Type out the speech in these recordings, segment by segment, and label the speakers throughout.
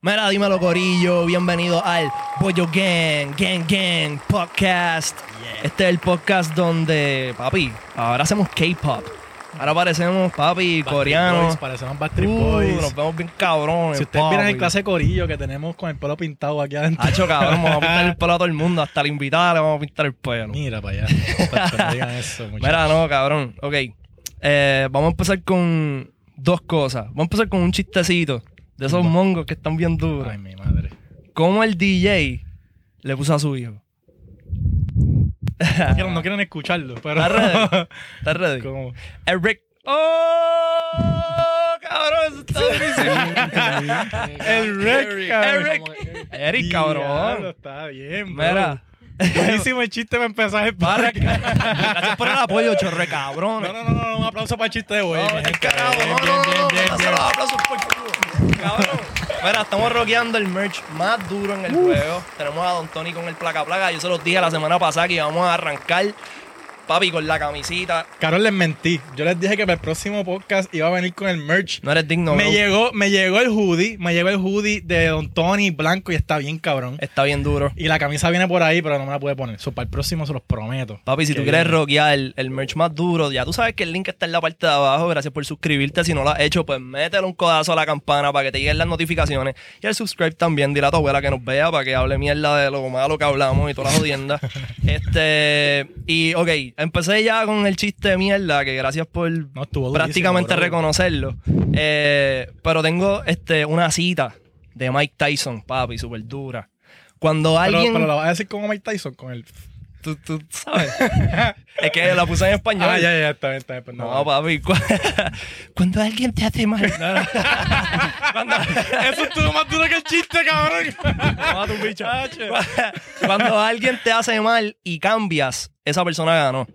Speaker 1: Mira, dímelo, Corillo. Bienvenido al Pollo Gang, Gang Gang Podcast. Este es el podcast donde, papi, ahora hacemos K-pop. Ahora parecemos, papi,
Speaker 2: Backstreet
Speaker 1: coreanos.
Speaker 2: Boys, parecemos Backstreet Boys.
Speaker 1: Uh, nos vemos bien cabrones.
Speaker 2: si ustedes vieran el
Speaker 1: papi.
Speaker 2: clase de corillo que tenemos con el pelo pintado aquí adentro.
Speaker 1: Hacho, cabrón, vamos a pintar el pelo a todo el mundo. Hasta la invitada le vamos a pintar el pelo.
Speaker 2: Mira para allá. Tacho, no digan eso, muchachos.
Speaker 1: Mira, no, cabrón. Ok. Eh, vamos a empezar con dos cosas. Vamos a empezar con un chistecito de esos
Speaker 2: Va.
Speaker 1: mongos que están bien duros.
Speaker 2: Ay, mi madre.
Speaker 1: ¿Cómo el DJ le puso a su hijo?
Speaker 2: No quieren, no quieren escucharlo, pero.
Speaker 1: ¿Estás ready? ¿Estás ready?
Speaker 2: Como-
Speaker 1: Eric. ¡Oh! Cabrón, eso está durísimo.
Speaker 2: el rec, cabrón.
Speaker 1: Eric. Eric,
Speaker 2: Diablo,
Speaker 1: cabrón.
Speaker 2: Está bien, bro.
Speaker 1: Mira.
Speaker 2: Buenísimo el chiste para empezar el
Speaker 1: Barra-
Speaker 2: podcast.
Speaker 1: Gracias por el apoyo, chorre, cabrón.
Speaker 2: No, no, no, no, un aplauso para el chiste de hoy.
Speaker 1: No,
Speaker 2: mi
Speaker 1: el
Speaker 2: gente.
Speaker 1: carajo,
Speaker 2: Bien,
Speaker 1: no,
Speaker 2: bien,
Speaker 1: no,
Speaker 2: bien,
Speaker 1: no,
Speaker 2: bien,
Speaker 1: dáselo,
Speaker 2: bien.
Speaker 1: aplausos por culo. Cabrón. Mira, estamos rockeando el merch más duro en el juego. Tenemos a Don Tony con el placa placa. Yo se los dije la semana pasada que íbamos a arrancar, papi, con la camisita.
Speaker 2: Carol, les mentí. Yo les dije que para el próximo podcast iba a venir con el merch.
Speaker 1: No eres digno,
Speaker 2: me
Speaker 1: bro.
Speaker 2: llegó, me llegó el hoodie, me llegó el hoodie de Don Tony blanco y está bien cabrón.
Speaker 1: Está bien duro.
Speaker 2: Y la camisa viene por ahí, pero no me la pude poner. So, para el próximo se los prometo.
Speaker 1: Papi, si
Speaker 2: Que
Speaker 1: tú quieres
Speaker 2: viene.
Speaker 1: rockear el, el merch más duro, ya tú sabes que el link está en la parte de abajo. Gracias por suscribirte. Si no lo has hecho, pues métele un codazo a la campana para que te lleguen las notificaciones. Y el subscribe también. Dile a tu abuela que nos vea para que hable mierda de lo malo que hablamos y todas las jodiendas. este. Y, ok, empecé ya con el chiste de mierda, que gracias por
Speaker 2: No, estuvo
Speaker 1: prácticamente
Speaker 2: durísimo,
Speaker 1: reconocerlo. Eh, pero tengo este, una cita de Mike Tyson, papi, súper dura. Cuando
Speaker 2: bro. Pero,
Speaker 1: alguien.
Speaker 2: pero la vas a decir como Mike Tyson con el.
Speaker 1: Tú, tú sabes. es que la puse en español.
Speaker 2: Ah, ya, ya, está bien, está bien. pues
Speaker 1: eh. No,
Speaker 2: no.
Speaker 1: papi. cu- Cuando alguien te hace mal. Este No, no. Cuando,
Speaker 2: Eso estuvo más duro que el chiste, cabrón. Tacho.
Speaker 1: cuando alguien te hace mal y cambias, esa persona ganó.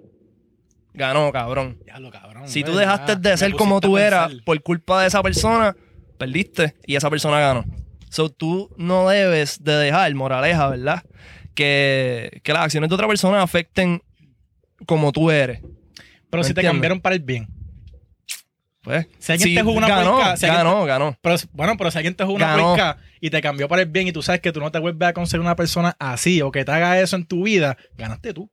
Speaker 1: Ganó, cabrón.
Speaker 2: Diablo, cabrón.
Speaker 1: Si tú
Speaker 2: ¿verdad?
Speaker 1: dejaste de
Speaker 2: Me
Speaker 1: ser como
Speaker 2: pusiste
Speaker 1: tú
Speaker 2: a
Speaker 1: eras
Speaker 2: pensar.
Speaker 1: por culpa de esa persona, perdiste y esa persona ganó. So, tú no debes de dejar, moraleja, ¿verdad? Que, que las acciones de otra persona afecten como tú eres.
Speaker 2: Pero si te
Speaker 1: Entiendo.
Speaker 2: cambiaron para el bien.
Speaker 1: Pues,
Speaker 2: Si alguien te jugó una
Speaker 1: ganó,
Speaker 2: puerca, si alguien
Speaker 1: ganó, ganó.
Speaker 2: Pero, si- bueno, pero si alguien te jugó una
Speaker 1: Ganó.
Speaker 2: puerca y te cambió para el bien y tú sabes que tú no te vuelves a conseguir una persona así o que te haga eso en tu vida, ganaste tú.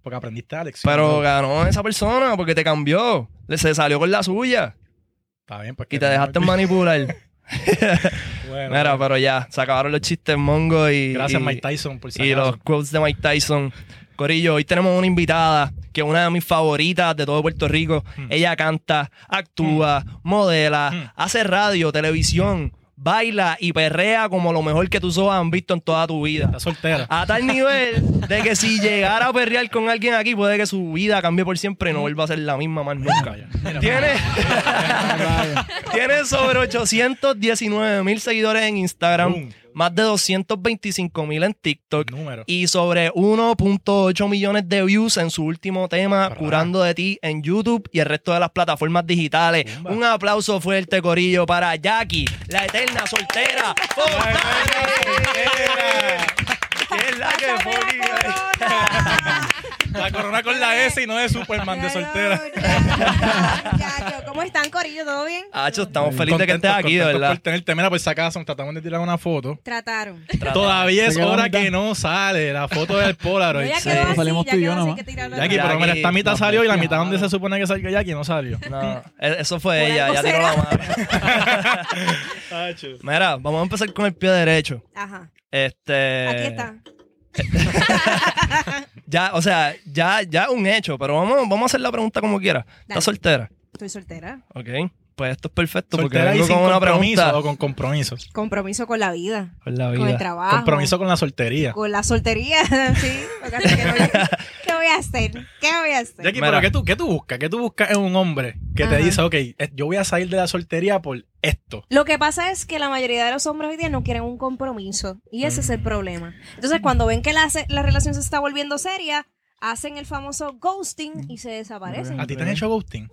Speaker 2: Porque aprendiste la lección.
Speaker 1: Pero
Speaker 2: bro.
Speaker 1: ganó esa persona porque te cambió. Le- Se salió con la suya
Speaker 2: Está bien, pues
Speaker 1: y
Speaker 2: que
Speaker 1: te
Speaker 2: no-
Speaker 1: dejaste manipular.
Speaker 2: Bueno,
Speaker 1: Mira, pero ya, se acabaron los chistes mongo y,
Speaker 2: Gracias,
Speaker 1: y,
Speaker 2: Mike Tyson, por si
Speaker 1: y
Speaker 2: acaso.
Speaker 1: los quotes de Mike Tyson. Corillo, hoy tenemos una invitada que es una de mis favoritas de todo Puerto Rico.
Speaker 2: Mm.
Speaker 1: Ella canta, actúa, modela,
Speaker 2: Mm.
Speaker 1: hace radio, televisión, baila y perrea como lo mejor que tus ojos han visto en toda tu vida.
Speaker 2: Está soltera.
Speaker 1: A tal nivel de que si llegara a perrear con alguien aquí, puede que su vida cambie por siempre y no vuelva a ser la misma más nunca.
Speaker 2: Vaya, mira,
Speaker 1: Ah, Tiene,
Speaker 2: vaya.
Speaker 1: tiene sobre 819 mil seguidores en Instagram,
Speaker 2: Boom.
Speaker 1: más de 225 mil en TikTok
Speaker 2: Número.
Speaker 1: y sobre 1.8 millones de views en su último tema,
Speaker 2: Carajo.
Speaker 1: Curando de ti, en YouTube y el resto de las plataformas digitales.
Speaker 2: Zumba.
Speaker 1: Un aplauso fuerte, Corillo, para Jackie, la eterna soltera.
Speaker 2: Ay, Eh,
Speaker 1: ¡Fontane!
Speaker 2: mira,
Speaker 1: ¿Qué es la que
Speaker 3: Pásame
Speaker 1: fucking-
Speaker 3: la corona.
Speaker 2: La corona con la S y no de Superman de soltera.
Speaker 3: Claro, ya, yo, ¿Cómo están, Corillo? ¿Todo bien?
Speaker 1: Hacho,
Speaker 2: Mm.
Speaker 1: estamos felices de que
Speaker 2: Contento,
Speaker 1: estés aquí, de
Speaker 2: contento
Speaker 1: verdad.
Speaker 2: Por tenerte. Mira, por si acaso, tratamos de tirar una foto.
Speaker 3: Trataron.
Speaker 2: Todavía es
Speaker 4: Se quedó
Speaker 2: hora
Speaker 4: mitad.
Speaker 2: que no sale la foto del
Speaker 3: No,
Speaker 2: Polaroid.
Speaker 3: ya
Speaker 2: Sí.
Speaker 3: quedó así,
Speaker 4: salimos
Speaker 3: ya
Speaker 4: tú y yo
Speaker 3: quedó así,
Speaker 4: nomás.
Speaker 3: hay que tirarlo
Speaker 2: Jackie,
Speaker 3: atrás.
Speaker 2: pero mira, esta mitad
Speaker 4: No,
Speaker 2: salió y la
Speaker 4: bestia,
Speaker 2: mitad donde
Speaker 4: mano.
Speaker 2: se supone que salió Jackie no salió.
Speaker 1: No, e- eso fue
Speaker 3: Por
Speaker 1: ella,
Speaker 3: algo
Speaker 1: ya tiró la
Speaker 3: será.
Speaker 1: mano. Mira, vamos a empezar con el pie derecho.
Speaker 3: Ajá,
Speaker 1: Este.
Speaker 3: aquí está.
Speaker 1: Ya, o sea, ya, ya es un hecho, pero vamos, vamos a hacer la pregunta como quiera.
Speaker 3: Dale.
Speaker 1: ¿Estás soltera?
Speaker 3: Estoy soltera.
Speaker 1: Ok. Pues esto es perfecto
Speaker 2: Soltera
Speaker 1: porque
Speaker 2: y
Speaker 1: vengo
Speaker 2: sin
Speaker 1: con una
Speaker 2: compromiso
Speaker 1: pregunta.
Speaker 2: o con compromiso.
Speaker 3: Compromiso con la vida,
Speaker 1: Con la
Speaker 3: con el
Speaker 1: vida.
Speaker 3: trabajo.
Speaker 2: Compromiso con la soltería.
Speaker 3: Con la soltería, sí. porque hasta que no llegue- ¿Qué voy a hacer? ¿Qué voy a hacer?
Speaker 2: Jackie,
Speaker 1: Mira.
Speaker 2: pero ¿qué tú, ¿qué tú buscas? ¿Qué tú buscas en un hombre que
Speaker 3: Ajá.
Speaker 2: te dice, ok, eh, yo voy a salir de la soltería por esto?
Speaker 3: Lo que pasa es que la mayoría de los hombres hoy día no quieren un compromiso y ese es el problema. Entonces, cuando ven que la, se- la relación se está volviendo seria, hacen el famoso ghosting y se desaparecen.
Speaker 2: ¿A ti te han hecho ghosting?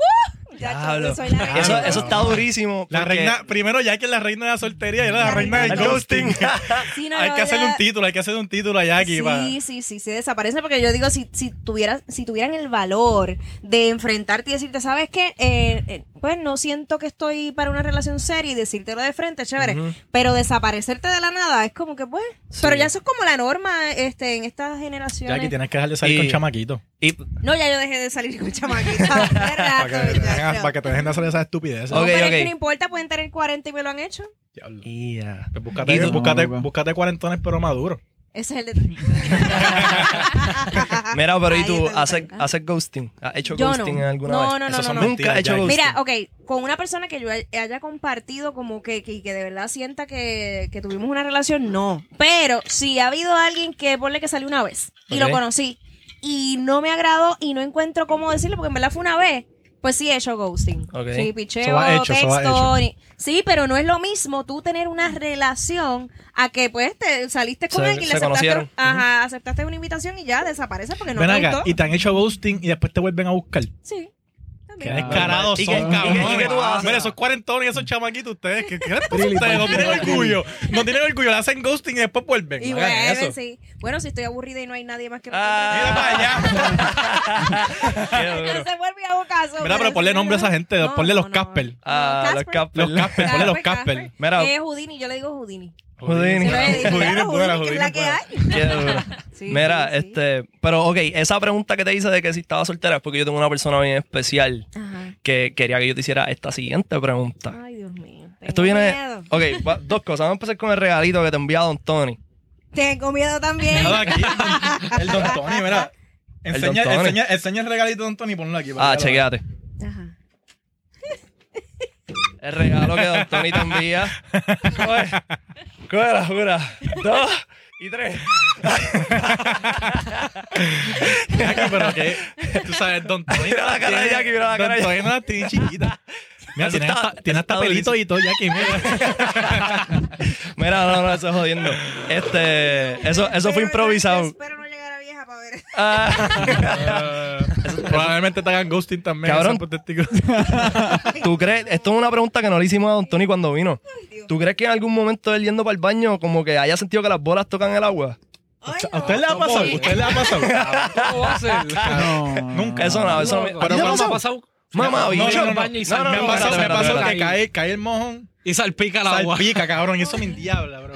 Speaker 3: Ya,
Speaker 1: Diablo.
Speaker 3: yo soy la reina.
Speaker 1: Eso,
Speaker 2: Claro.
Speaker 1: eso está durísimo.
Speaker 2: La
Speaker 1: porque-
Speaker 2: reina, primero ya que es la reina de la soltería y era la
Speaker 3: La
Speaker 2: reina del
Speaker 3: reina
Speaker 1: del
Speaker 2: ghosting.
Speaker 3: Sí, no,
Speaker 2: hay
Speaker 3: no,
Speaker 2: que
Speaker 3: ya-
Speaker 2: hacerle un título, hay que hacerle un título a Jackie. pa-
Speaker 3: Sí, sí, sí, se desaparece porque yo digo, si, si, tuvieras, si tuvieran el valor de enfrentarte y decirte, ¿sabes qué? Eh, eh, pues no siento que estoy para una relación seria y decírtelo de frente, chévere.
Speaker 1: Ujú.
Speaker 3: Pero desaparecerte de la nada es como que, pues.
Speaker 1: Sí.
Speaker 3: Pero ya eso es como la norma este, en estas
Speaker 2: Ya
Speaker 3: generaciones.
Speaker 2: aquí tienes que dejar de salir
Speaker 1: Y-
Speaker 2: con chamaquito.
Speaker 1: Y,
Speaker 3: No, ya yo dejé de salir con chamaquitas. hace rato,
Speaker 2: Para que, te
Speaker 3: muchacho.
Speaker 2: dejen, para que te dejen de hacer esas estupideces.
Speaker 1: Ok,
Speaker 3: No, pero es que
Speaker 1: ok.
Speaker 3: no importa, pueden tener 40 y me lo han hecho.
Speaker 2: Diablo.
Speaker 1: Yeah.
Speaker 2: Pues
Speaker 1: Y
Speaker 2: búscate,
Speaker 1: tú-
Speaker 2: búscate,
Speaker 4: No, no, no.
Speaker 2: búscate cuarentones pero maduro.
Speaker 3: Ese es el detalle.
Speaker 1: Mira, pero
Speaker 3: Ah, Ahí
Speaker 1: ¿y tú
Speaker 3: está el
Speaker 1: haces
Speaker 3: detalle. ¿ah?
Speaker 1: haces ghosting? ¿Has hecho
Speaker 3: Yo no.
Speaker 1: ghosting en alguna
Speaker 3: No,
Speaker 1: vez?
Speaker 3: no, no,
Speaker 2: Esos
Speaker 3: no,
Speaker 2: son
Speaker 3: no.
Speaker 1: Nunca he hecho
Speaker 2: ya.
Speaker 1: ghosting.
Speaker 3: Mira, ok, con una persona que yo hay- haya compartido como que, que, que de verdad sienta que, que tuvimos una relación, no. Pero si ha habido alguien que ponle que salió una vez y
Speaker 1: Ok.
Speaker 3: lo conocí y no me agradó y no encuentro cómo decirlo porque en verdad fue una vez, pues sí he hecho ghosting.
Speaker 1: Ok.
Speaker 3: Sí, picheo,
Speaker 2: Eso va hecho, eso va
Speaker 3: texto. ni- Sí, pero no es lo mismo tú tener una relación a que pues te saliste con
Speaker 1: Se-
Speaker 3: alguien,
Speaker 1: se
Speaker 3: le aceptaste,
Speaker 1: conocieron.
Speaker 3: ajá, aceptaste una invitación y ya desaparece porque no
Speaker 2: Ven
Speaker 3: te
Speaker 2: acá,
Speaker 3: gustó.
Speaker 2: y te han hecho ghosting y después te vuelven a buscar.
Speaker 3: Sí,
Speaker 2: Qué
Speaker 3: también.
Speaker 4: Ah,
Speaker 2: descarados
Speaker 1: ¿y
Speaker 2: son,
Speaker 1: qué- y qué-
Speaker 2: cabrones.
Speaker 1: y qué tú haces?
Speaker 2: Mira, esos cuarentones y esos chamaquitos, ustedes, ¿qué, qué les pasa a
Speaker 4: Trilly,
Speaker 2: ustedes? No
Speaker 4: trilly,
Speaker 2: tienen
Speaker 4: trilly.
Speaker 2: orgullo. No tienen orgullo, le hacen ghosting y después vuelven.
Speaker 3: Y
Speaker 2: No hagan
Speaker 3: vuelven,
Speaker 2: eso.
Speaker 3: sí. Bueno, si estoy aburrida y no hay nadie más que me
Speaker 2: Mira
Speaker 1: Ah.
Speaker 2: para allá.
Speaker 3: contrate, no se vuelve y hago caso.
Speaker 2: Mira, pero ponle nombre a esa gente, ponle los Casper.
Speaker 1: Ah, los Casper.
Speaker 2: Los Casper, ponle los
Speaker 3: Casper,
Speaker 2: Casper.
Speaker 1: Mira.
Speaker 3: Eh, Houdini, yo le digo Houdini.
Speaker 1: Houdini.
Speaker 3: Se lo he dicho,
Speaker 2: Houdini
Speaker 3: claro,
Speaker 2: es buena,
Speaker 3: Houdini, que es
Speaker 2: Houdini
Speaker 3: la
Speaker 2: es
Speaker 3: que
Speaker 2: buena.
Speaker 3: hay.
Speaker 1: Qué duro.
Speaker 3: Sí,
Speaker 1: Mira,
Speaker 3: sí, sí.
Speaker 1: este, pero ok, esa pregunta que te hice de que si estaba soltera es porque yo tengo una persona bien especial
Speaker 3: Ajá.
Speaker 1: que quería que yo te hiciera esta siguiente pregunta.
Speaker 3: Ay, Dios mío. Tengo
Speaker 1: Esto viene,
Speaker 3: Miedo.
Speaker 1: ok, va- dos cosas. Vamos a empezar con el regalito que te envía Don Tony.
Speaker 3: Tengo miedo también.
Speaker 2: Míralo aquí, el Don Tony, mira.
Speaker 1: El
Speaker 2: Enseña,
Speaker 1: Don Tony.
Speaker 2: enseña, enseña el regalito de Don Tony y ponlo aquí. para
Speaker 1: Ah,
Speaker 2: que lo vean.
Speaker 1: chequeate.
Speaker 3: Ajá.
Speaker 1: El regalo que Don Tony te envía. Coge, coge la jura. Dos y tres.
Speaker 2: Jackie, pero que tú sabes, Don Tony.
Speaker 1: Mira la cara de
Speaker 2: tiene-
Speaker 1: Jackie, mira la cara de
Speaker 2: Don Tony no la tiene chiquita. Mira,
Speaker 1: Eso
Speaker 2: tiene
Speaker 1: está-
Speaker 2: hasta,
Speaker 1: eso
Speaker 2: tiene hasta
Speaker 1: está
Speaker 2: pelitos y todo, Jackie, mira.
Speaker 1: Mira, no, no, eso es jodiendo. Este, eso, eso fue
Speaker 3: Espero-
Speaker 1: improvisado.
Speaker 3: Espero no llegar a vieja para ver. esto.
Speaker 1: Ah,
Speaker 2: Probablemente te hagan ghosting también.
Speaker 1: Cabrón.
Speaker 2: esa hipotético.
Speaker 1: ¿Tú crees? Esto es una pregunta que no le hicimos a Don Tony cuando vino.
Speaker 3: Dios.
Speaker 1: ¿Tú crees que en algún momento él yendo para el baño como que haya sentido que las bolas tocan el agua?
Speaker 3: Ay,
Speaker 2: ¿A usted le ha
Speaker 3: no.
Speaker 2: pasado?
Speaker 3: Sí.
Speaker 2: ¿Usted le ha pasado?
Speaker 4: ¿Cómo va a ser?
Speaker 2: No, nunca.
Speaker 1: Eso no, eso no.
Speaker 4: Pero
Speaker 1: ¿A ti te ha
Speaker 4: cuando
Speaker 1: pasado?
Speaker 4: ha pasado?
Speaker 1: Mamá,
Speaker 4: No,
Speaker 1: bicho.
Speaker 4: no, no, no.
Speaker 1: Baño y
Speaker 4: No, no,
Speaker 1: salga.
Speaker 2: me
Speaker 4: no,
Speaker 1: Espérate,
Speaker 2: pasó, me
Speaker 1: espérate,
Speaker 2: pasó
Speaker 1: espérate.
Speaker 2: que cae, cae el mojón.
Speaker 4: Y salpica el agua.
Speaker 2: Salpica, cabrón. Y eso me endiabla, bro.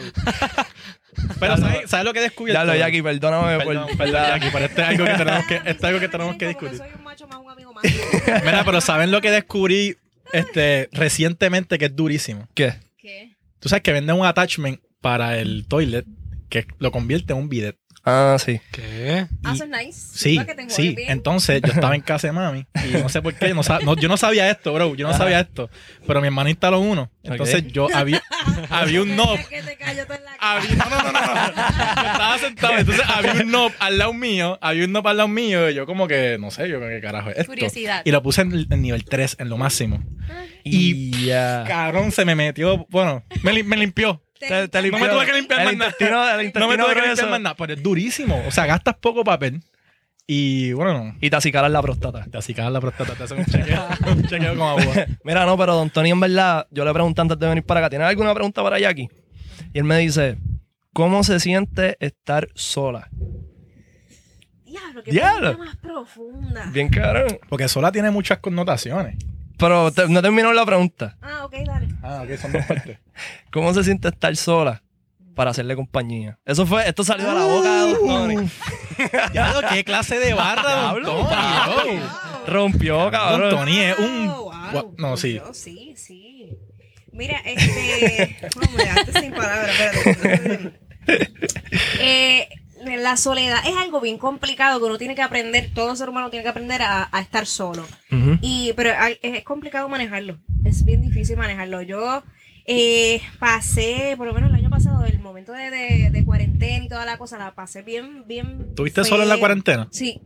Speaker 2: Pero, ¿sabes, ¿sabes lo que he descubierto?
Speaker 1: Ya lo, Jackie, perdóname
Speaker 2: Perdón,
Speaker 1: por...
Speaker 2: perdón, Jackie, pero esto es algo que tenemos que,
Speaker 3: Ah,
Speaker 2: esto es algo que, tenemos que
Speaker 3: como
Speaker 2: discutir.
Speaker 3: Soy un macho más un amigo más.
Speaker 2: Mira, pero ¿saben lo que descubrí este, recientemente que es durísimo?
Speaker 1: ¿Qué?
Speaker 3: ¿Qué?
Speaker 2: Tú sabes que venden un attachment para el toilet que lo convierte en un bidet.
Speaker 1: Ah, sí.
Speaker 4: ¿Qué?
Speaker 3: Ah,
Speaker 2: Y-
Speaker 3: eso es nice.
Speaker 2: Sí,
Speaker 3: Para que te enjuagues
Speaker 2: sí.
Speaker 3: bien.
Speaker 2: Entonces yo estaba en casa de mami y no sé por qué, yo no, sab- no- yo no sabía esto, bro, yo no sabía esto. Pero mi hermano instaló uno. Entonces
Speaker 1: Ok.
Speaker 2: yo había, había un knob.
Speaker 3: Que te cayó todo en la cara.
Speaker 2: Había, no, no, no, no, no. Yo estaba sentado, entonces había un knob al lado mío, había un knob al lado mío y yo como que, no sé, yo qué carajo es esto.
Speaker 5: Curiosidad.
Speaker 2: Y lo puse en el en nivel 3, en lo máximo. Y-
Speaker 1: ya.
Speaker 2: Cabrón, se me metió, bueno, me, lim- me limpió.
Speaker 1: Te- te
Speaker 2: No me tuve que limpiar
Speaker 1: el
Speaker 2: más nada.
Speaker 1: intestino, el
Speaker 2: No me
Speaker 1: intestino
Speaker 2: tuve que
Speaker 1: grueso.
Speaker 2: limpiar más nada, pero es durísimo. O sea, gastas poco papel y bueno,
Speaker 1: Y te acicalas la próstata.
Speaker 2: te acicalas la próstata, te hacen un chequeo, un chequeo con agua.
Speaker 1: Mira, no, pero Don Tony, en verdad, yo le pregunté antes de venir para acá, ¿tienes alguna pregunta para Jackie? Y él me dice, ¿cómo se siente estar sola?
Speaker 3: Diablo, qué
Speaker 1: Diablo.
Speaker 3: pregunta más profunda.
Speaker 1: Bien cabrón.
Speaker 2: Porque sola tiene muchas connotaciones.
Speaker 1: Pero te- no terminó la pregunta.
Speaker 3: Ah, ok, dale.
Speaker 2: Ah, ok, son dos partes.
Speaker 1: ¿Cómo se siente estar sola para hacerle compañía? Eso fue, esto salió de la boca de Don Tony.
Speaker 2: Diablo, qué clase de barra, don
Speaker 1: Diablo,
Speaker 2: Tony,
Speaker 1: papi.
Speaker 2: bro.
Speaker 1: Rompió,
Speaker 2: Don
Speaker 1: cabrón.
Speaker 2: Tony es eh, un...
Speaker 3: Wow, wow,
Speaker 2: gua- no, sí.
Speaker 3: Ah, yo sí, sí. Mira, este. no, me dejaste sin palabras, espérate. Eh, la soledad es algo bien complicado que uno tiene que aprender, todo ser humano tiene que aprender a, a estar solo.
Speaker 1: Ujú.
Speaker 3: Y, pero hay- es, es complicado manejarlo. Es bien difícil manejarlo. Yo eh, pasé, por lo menos el año pasado, el momento de, de- de cuarentena y toda la cosa, la pasé bien, bien.
Speaker 2: ¿Tuviste solo en la
Speaker 3: feo.
Speaker 2: cuarentena?
Speaker 3: Sí,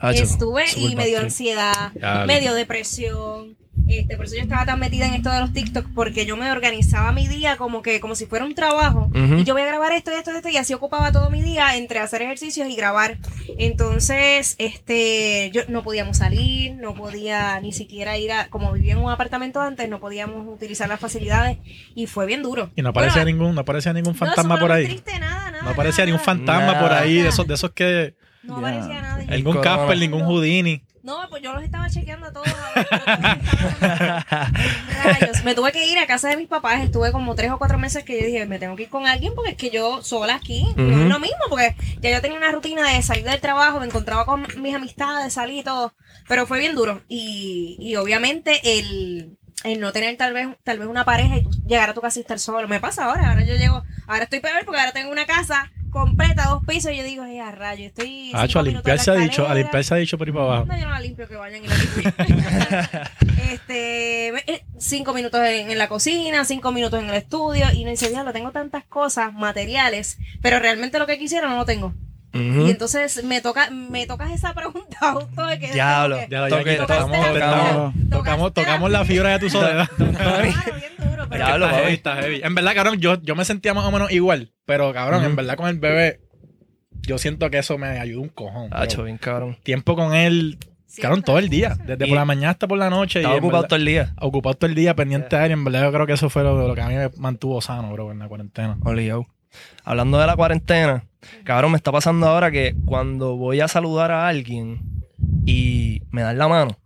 Speaker 2: Ah,
Speaker 1: Hacho,
Speaker 3: estuve y
Speaker 1: super
Speaker 3: me dio
Speaker 1: bad trip.
Speaker 3: ansiedad,
Speaker 2: Dale.
Speaker 3: me dio depresión. Este, por eso yo estaba tan metida en esto de los TikTok, porque yo me organizaba mi día como que como si fuera un trabajo.
Speaker 1: Ujú.
Speaker 3: Y yo voy a grabar esto y esto y esto, y así ocupaba todo mi día entre hacer ejercicios y grabar. Entonces, este, yo no podíamos salir, no podía ni siquiera ir a, como vivía en un apartamento antes, no podíamos utilizar las facilidades y fue bien duro.
Speaker 2: Y no aparecía
Speaker 3: Bueno,
Speaker 2: ningún, no aparecía ningún
Speaker 3: no,
Speaker 2: fantasma
Speaker 3: eso
Speaker 2: por
Speaker 3: fue
Speaker 2: ahí.
Speaker 3: lo triste, nada, nada,
Speaker 2: No aparecía
Speaker 3: nada,
Speaker 2: ningún
Speaker 3: nada.
Speaker 2: fantasma
Speaker 1: Nada.
Speaker 2: por ahí, de esos, de esos que.
Speaker 3: No
Speaker 4: Ya.
Speaker 3: aparecía nada. y yo,
Speaker 1: El
Speaker 2: ningún
Speaker 1: corona.
Speaker 2: Casper, ningún Houdini.
Speaker 3: No, pues yo los estaba chequeando a todos. a ver, pero todos estaban- Rayos. Me tuve que ir a casa de mis papás. Estuve como tres o cuatro meses que yo dije, me tengo que ir con alguien porque es que yo sola aquí. No
Speaker 1: Ujú.
Speaker 3: es lo mismo porque ya yo tenía una rutina de salir del trabajo, me encontraba con mis amistades, salí y todo. Pero fue bien duro. Y, y obviamente el, el no tener tal vez tal vez una pareja y tú llegar a tu casa y estar solo. Me pasa ahora. Ahora yo llego, ahora estoy peor porque ahora tengo una casa completa, dos pisos y yo digo, ay, a rayo, estoy...
Speaker 2: Ah,
Speaker 3: cinco
Speaker 2: a
Speaker 3: minutos de
Speaker 2: limpiarse ha
Speaker 3: la
Speaker 2: dicho, a
Speaker 3: escalera".
Speaker 2: limpiarse ha dicho por ahí para abajo.
Speaker 3: No, yo no la limpio, que vayan y la limpien. este, eh, cinco minutos en, en la cocina, cinco minutos en el estudio. Y no dice, diablo, tengo tantas cosas, materiales, pero realmente lo que quisiera no lo tengo. Y entonces me toca, me tocas esa pregunta auto de que
Speaker 1: Diablo.
Speaker 3: como que-
Speaker 2: Ya, ya,
Speaker 1: Toque-
Speaker 2: aquí tocamos,
Speaker 1: tocaste la
Speaker 2: tocamos- tocamos,
Speaker 3: Tocaste la
Speaker 2: tocamos la fibra de tu soledad.
Speaker 3: Claro, bien duro, pero-
Speaker 1: Ya, lo-
Speaker 2: está
Speaker 1: papi.
Speaker 2: heavy, está heavy. En verdad, cabrón, yo, yo me sentía más o menos igual. Pero, cabrón,
Speaker 1: Ujú.
Speaker 2: en verdad con el bebé, yo siento que eso me ayudó un cojón. bro.
Speaker 1: Hacho, bien cabrón.
Speaker 2: Tiempo con él,
Speaker 3: Sí,
Speaker 2: cabrón, todo el día. Desde
Speaker 1: Y-
Speaker 2: por la mañana hasta por la noche. y
Speaker 1: Estaba
Speaker 2: en
Speaker 1: ocupado
Speaker 2: verdad-
Speaker 1: todo el día.
Speaker 2: ocupado todo el día pendiente de él. Y en verdad yo creo que eso fue lo, lo que a mí me mantuvo sano, bro, en la cuarentena.
Speaker 1: Obligado. Hablando de la cuarentena, cabrón, me está pasando ahora que cuando voy a saludar a alguien y me dan la mano,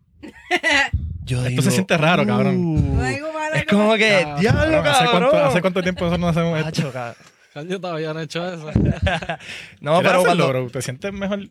Speaker 1: yo digo...
Speaker 2: Esto se siente raro, cabrón.
Speaker 1: "Uh".
Speaker 3: Algo malo,
Speaker 1: es
Speaker 3: algo
Speaker 1: como
Speaker 3: malo.
Speaker 1: que,
Speaker 2: Ah,
Speaker 1: diablo,
Speaker 2: ¿Hace cuánto,
Speaker 1: cabrón.
Speaker 2: hace cuánto tiempo nosotros no hacemos esto?
Speaker 1: Hacho, cabrón.
Speaker 4: Yo todavía no he hecho eso.
Speaker 1: No,
Speaker 2: ¿Quieres
Speaker 1: pero
Speaker 2: hacerlo,
Speaker 1: cuando...
Speaker 2: bro? ¿Te sientes mejor?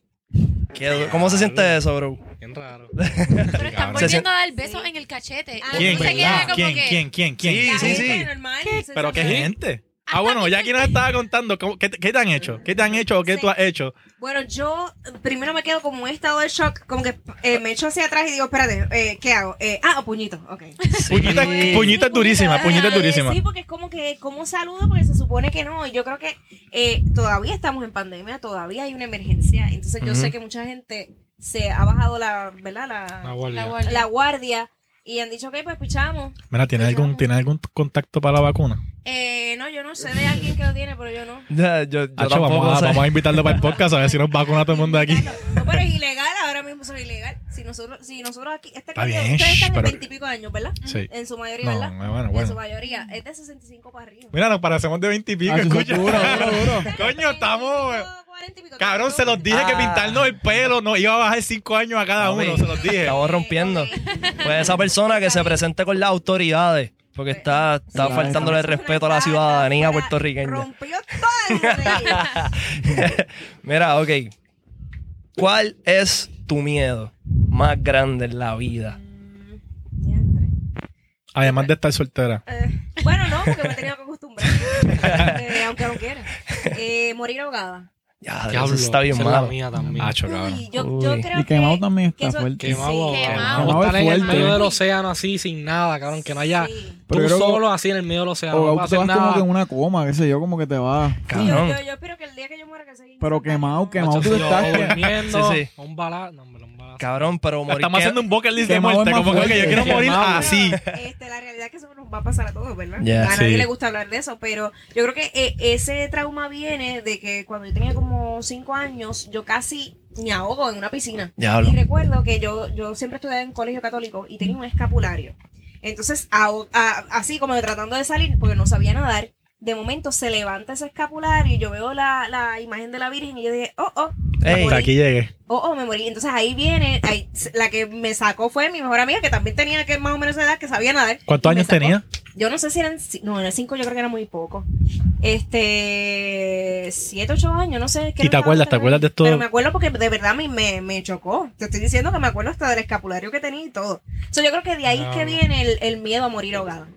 Speaker 1: ¿Qué- ¿Cómo se siente eso, bro?
Speaker 4: Bien raro.
Speaker 5: Pero
Speaker 4: Ah,
Speaker 5: están
Speaker 1: Se sien-
Speaker 5: volviendo a dar besos
Speaker 3: Sí.
Speaker 5: en el cachete.
Speaker 3: Ah,
Speaker 5: Uno
Speaker 2: ¿Quién?
Speaker 5: se
Speaker 3: ¿Verdad?
Speaker 5: queda como
Speaker 2: ¿Quién?
Speaker 5: que-
Speaker 2: ¿Quién? ¿Quién? ¿Quién?
Speaker 1: Sí,
Speaker 3: La
Speaker 1: sí,
Speaker 3: gente
Speaker 1: sí.
Speaker 3: normal,
Speaker 2: Pero qué
Speaker 3: sensación.
Speaker 2: gente. Ah, bueno, ya aquí nos estaba contando. ¿cómo- qué, te- qué te han hecho? ¿Qué te han hecho o qué
Speaker 3: Sí.
Speaker 2: tú has hecho?
Speaker 3: Bueno, yo primero me quedo como en un estado de shock, como que eh, me echo hacia atrás y digo, espérate, eh, ¿qué hago? Eh, ah, puñito, ok.
Speaker 2: Puñita,
Speaker 1: Sí.
Speaker 2: puñita es durísima,
Speaker 3: Ajá,
Speaker 2: puñita es
Speaker 3: eh,
Speaker 2: durísima.
Speaker 3: Sí, porque es como que, como saludo, porque se supone que no. Y yo creo que eh, todavía estamos en pandemia, todavía hay una emergencia. Entonces yo
Speaker 1: Ujú.
Speaker 3: sé que mucha gente se ha bajado la, ¿verdad?
Speaker 4: La
Speaker 3: La,
Speaker 4: guardia.
Speaker 5: La guardia.
Speaker 3: la guardia y han dicho, ok, pues pichamos.
Speaker 2: Mira, ¿tiene algún, ¿tiene algún contacto para la vacuna?
Speaker 3: Eh, no, yo no sé de alguien que lo tiene, pero yo no.
Speaker 1: Ya, Yo, yo
Speaker 2: Hacho,
Speaker 1: tampoco
Speaker 2: vamos, a,
Speaker 1: sé.
Speaker 2: vamos a invitarlo para el podcast a ver si nos vacuna todo el mundo aquí.
Speaker 3: No, pero es ilegal, ahora mismo eso es ilegal. Si nosotros, si nosotros aquí, esta
Speaker 2: Está
Speaker 3: gente-
Speaker 2: bien,
Speaker 3: ustedes están
Speaker 2: pero-
Speaker 3: en veintipico años, ¿verdad?
Speaker 2: Sí.
Speaker 3: En su mayoría,
Speaker 2: No, eh,
Speaker 3: ¿verdad?
Speaker 2: bueno,
Speaker 3: En su
Speaker 2: bueno.
Speaker 3: mayoría. Es de 65 para arriba.
Speaker 2: Mira, nos parecemos de 20 y pico,
Speaker 4: Ah, eso es
Speaker 2: escucha.
Speaker 4: duro, duro, duro.
Speaker 2: Coño, estamos.
Speaker 3: 35, 40 y pico,
Speaker 2: Cabrón, se los
Speaker 3: di
Speaker 2: dije que
Speaker 1: Ah.
Speaker 2: pintarnos el pelo no iba a bajar 5 años a cada
Speaker 1: Mami,
Speaker 2: uno, se los dije.
Speaker 1: Estamos rompiendo. Pues esa persona que se presente con las autoridades, porque está, está
Speaker 4: Sí,
Speaker 1: faltándole el respeto a la ciudadanía puertorriqueña.
Speaker 3: Rompió todo el rey.
Speaker 1: Mira, ok. ¿Cuál es tu miedo más grande en la vida?
Speaker 3: Mm, diantre.
Speaker 2: Además de estar soltera.
Speaker 3: Eh, bueno, no, porque me he tenido que acostumbrar. Eh, aunque no quiera. Eh, morir ahogada.
Speaker 1: Ya,
Speaker 4: Diablo,
Speaker 1: eso está bien
Speaker 4: esa es la
Speaker 1: malo. Ah,
Speaker 4: mía también.
Speaker 2: Hacho, cabrón.
Speaker 3: Uy, yo, yo
Speaker 1: Uy.
Speaker 3: creo
Speaker 6: Y quemado
Speaker 3: que-
Speaker 6: también
Speaker 3: que
Speaker 6: está
Speaker 3: eso-
Speaker 6: fuerte.
Speaker 4: Quemado.
Speaker 5: Sí,
Speaker 4: Quemado.
Speaker 5: quemado.
Speaker 4: Estar en el
Speaker 6: Fuerte.
Speaker 4: medio del océano así, sin nada, cabrón. Que no haya...
Speaker 3: Sí.
Speaker 6: Pero
Speaker 4: tú
Speaker 6: creo que-
Speaker 4: solo así en el medio del océano.
Speaker 6: O
Speaker 4: no vas
Speaker 6: tú
Speaker 4: a
Speaker 6: vas
Speaker 4: hacer
Speaker 6: como
Speaker 4: nada.
Speaker 6: que en una coma, qué sé yo, como que te vas.
Speaker 3: Sí, yo,
Speaker 1: Cabrón.
Speaker 3: yo- yo espero que el día que yo muera que sea
Speaker 6: Pero quemado, quemado
Speaker 4: Macho,
Speaker 6: tú
Speaker 4: si yo
Speaker 6: estás. pues. que-
Speaker 4: durmiendo,
Speaker 1: Sí, sí.
Speaker 4: Un balazo. No, hombre, un balazo.
Speaker 1: Cabrón, pero morir.
Speaker 2: Estamos
Speaker 1: que-
Speaker 2: haciendo un bucket list de
Speaker 6: Quemado es
Speaker 2: muerte.
Speaker 6: más
Speaker 2: Como que yo
Speaker 6: fuerte.
Speaker 2: quiero morir
Speaker 4: Quemado.
Speaker 2: así.
Speaker 3: Este, la realidad es que eso nos va a pasar a todos, ¿verdad?
Speaker 1: Ya,
Speaker 3: a nadie
Speaker 2: sí.
Speaker 3: le gusta hablar de eso, pero yo creo que eh, ese trauma viene de que cuando yo tenía como cinco años, yo casi me ahogo en una piscina.
Speaker 1: Diablo.
Speaker 3: Y recuerdo que yo, yo siempre estudié en colegio católico y tenía un escapulario. Entonces, aho- a- así como tratando de salir, porque no sabía nadar, de momento se levanta ese escapulario y yo veo la, la imagen de la Virgen y yo dije, oh, oh,
Speaker 1: Ey,
Speaker 2: Hasta aquí llegué.
Speaker 3: oh, oh, me morí. Entonces ahí viene, ahí, la que me sacó fue mi mejor amiga, que también tenía que más o menos esa edad, que sabía nadar.
Speaker 2: ¿Cuántos
Speaker 3: Y me
Speaker 2: años
Speaker 3: sacó.
Speaker 2: tenía?
Speaker 3: Yo no sé si eran, ci- no, eran cinco, yo creo que era muy poco. Este, siete, ocho años, no sé. es que
Speaker 2: ¿Y
Speaker 3: no
Speaker 2: te
Speaker 3: me
Speaker 2: acuerdas?
Speaker 3: acuerdo
Speaker 2: ¿Te acuerdas de esto?
Speaker 3: Pero me acuerdo porque de verdad me, me, me chocó. Te estoy diciendo que me acuerdo hasta del escapulario que tenía y todo. So, yo creo que de ahí es que
Speaker 4: Ah.
Speaker 3: viene el, el miedo a morir ahogada.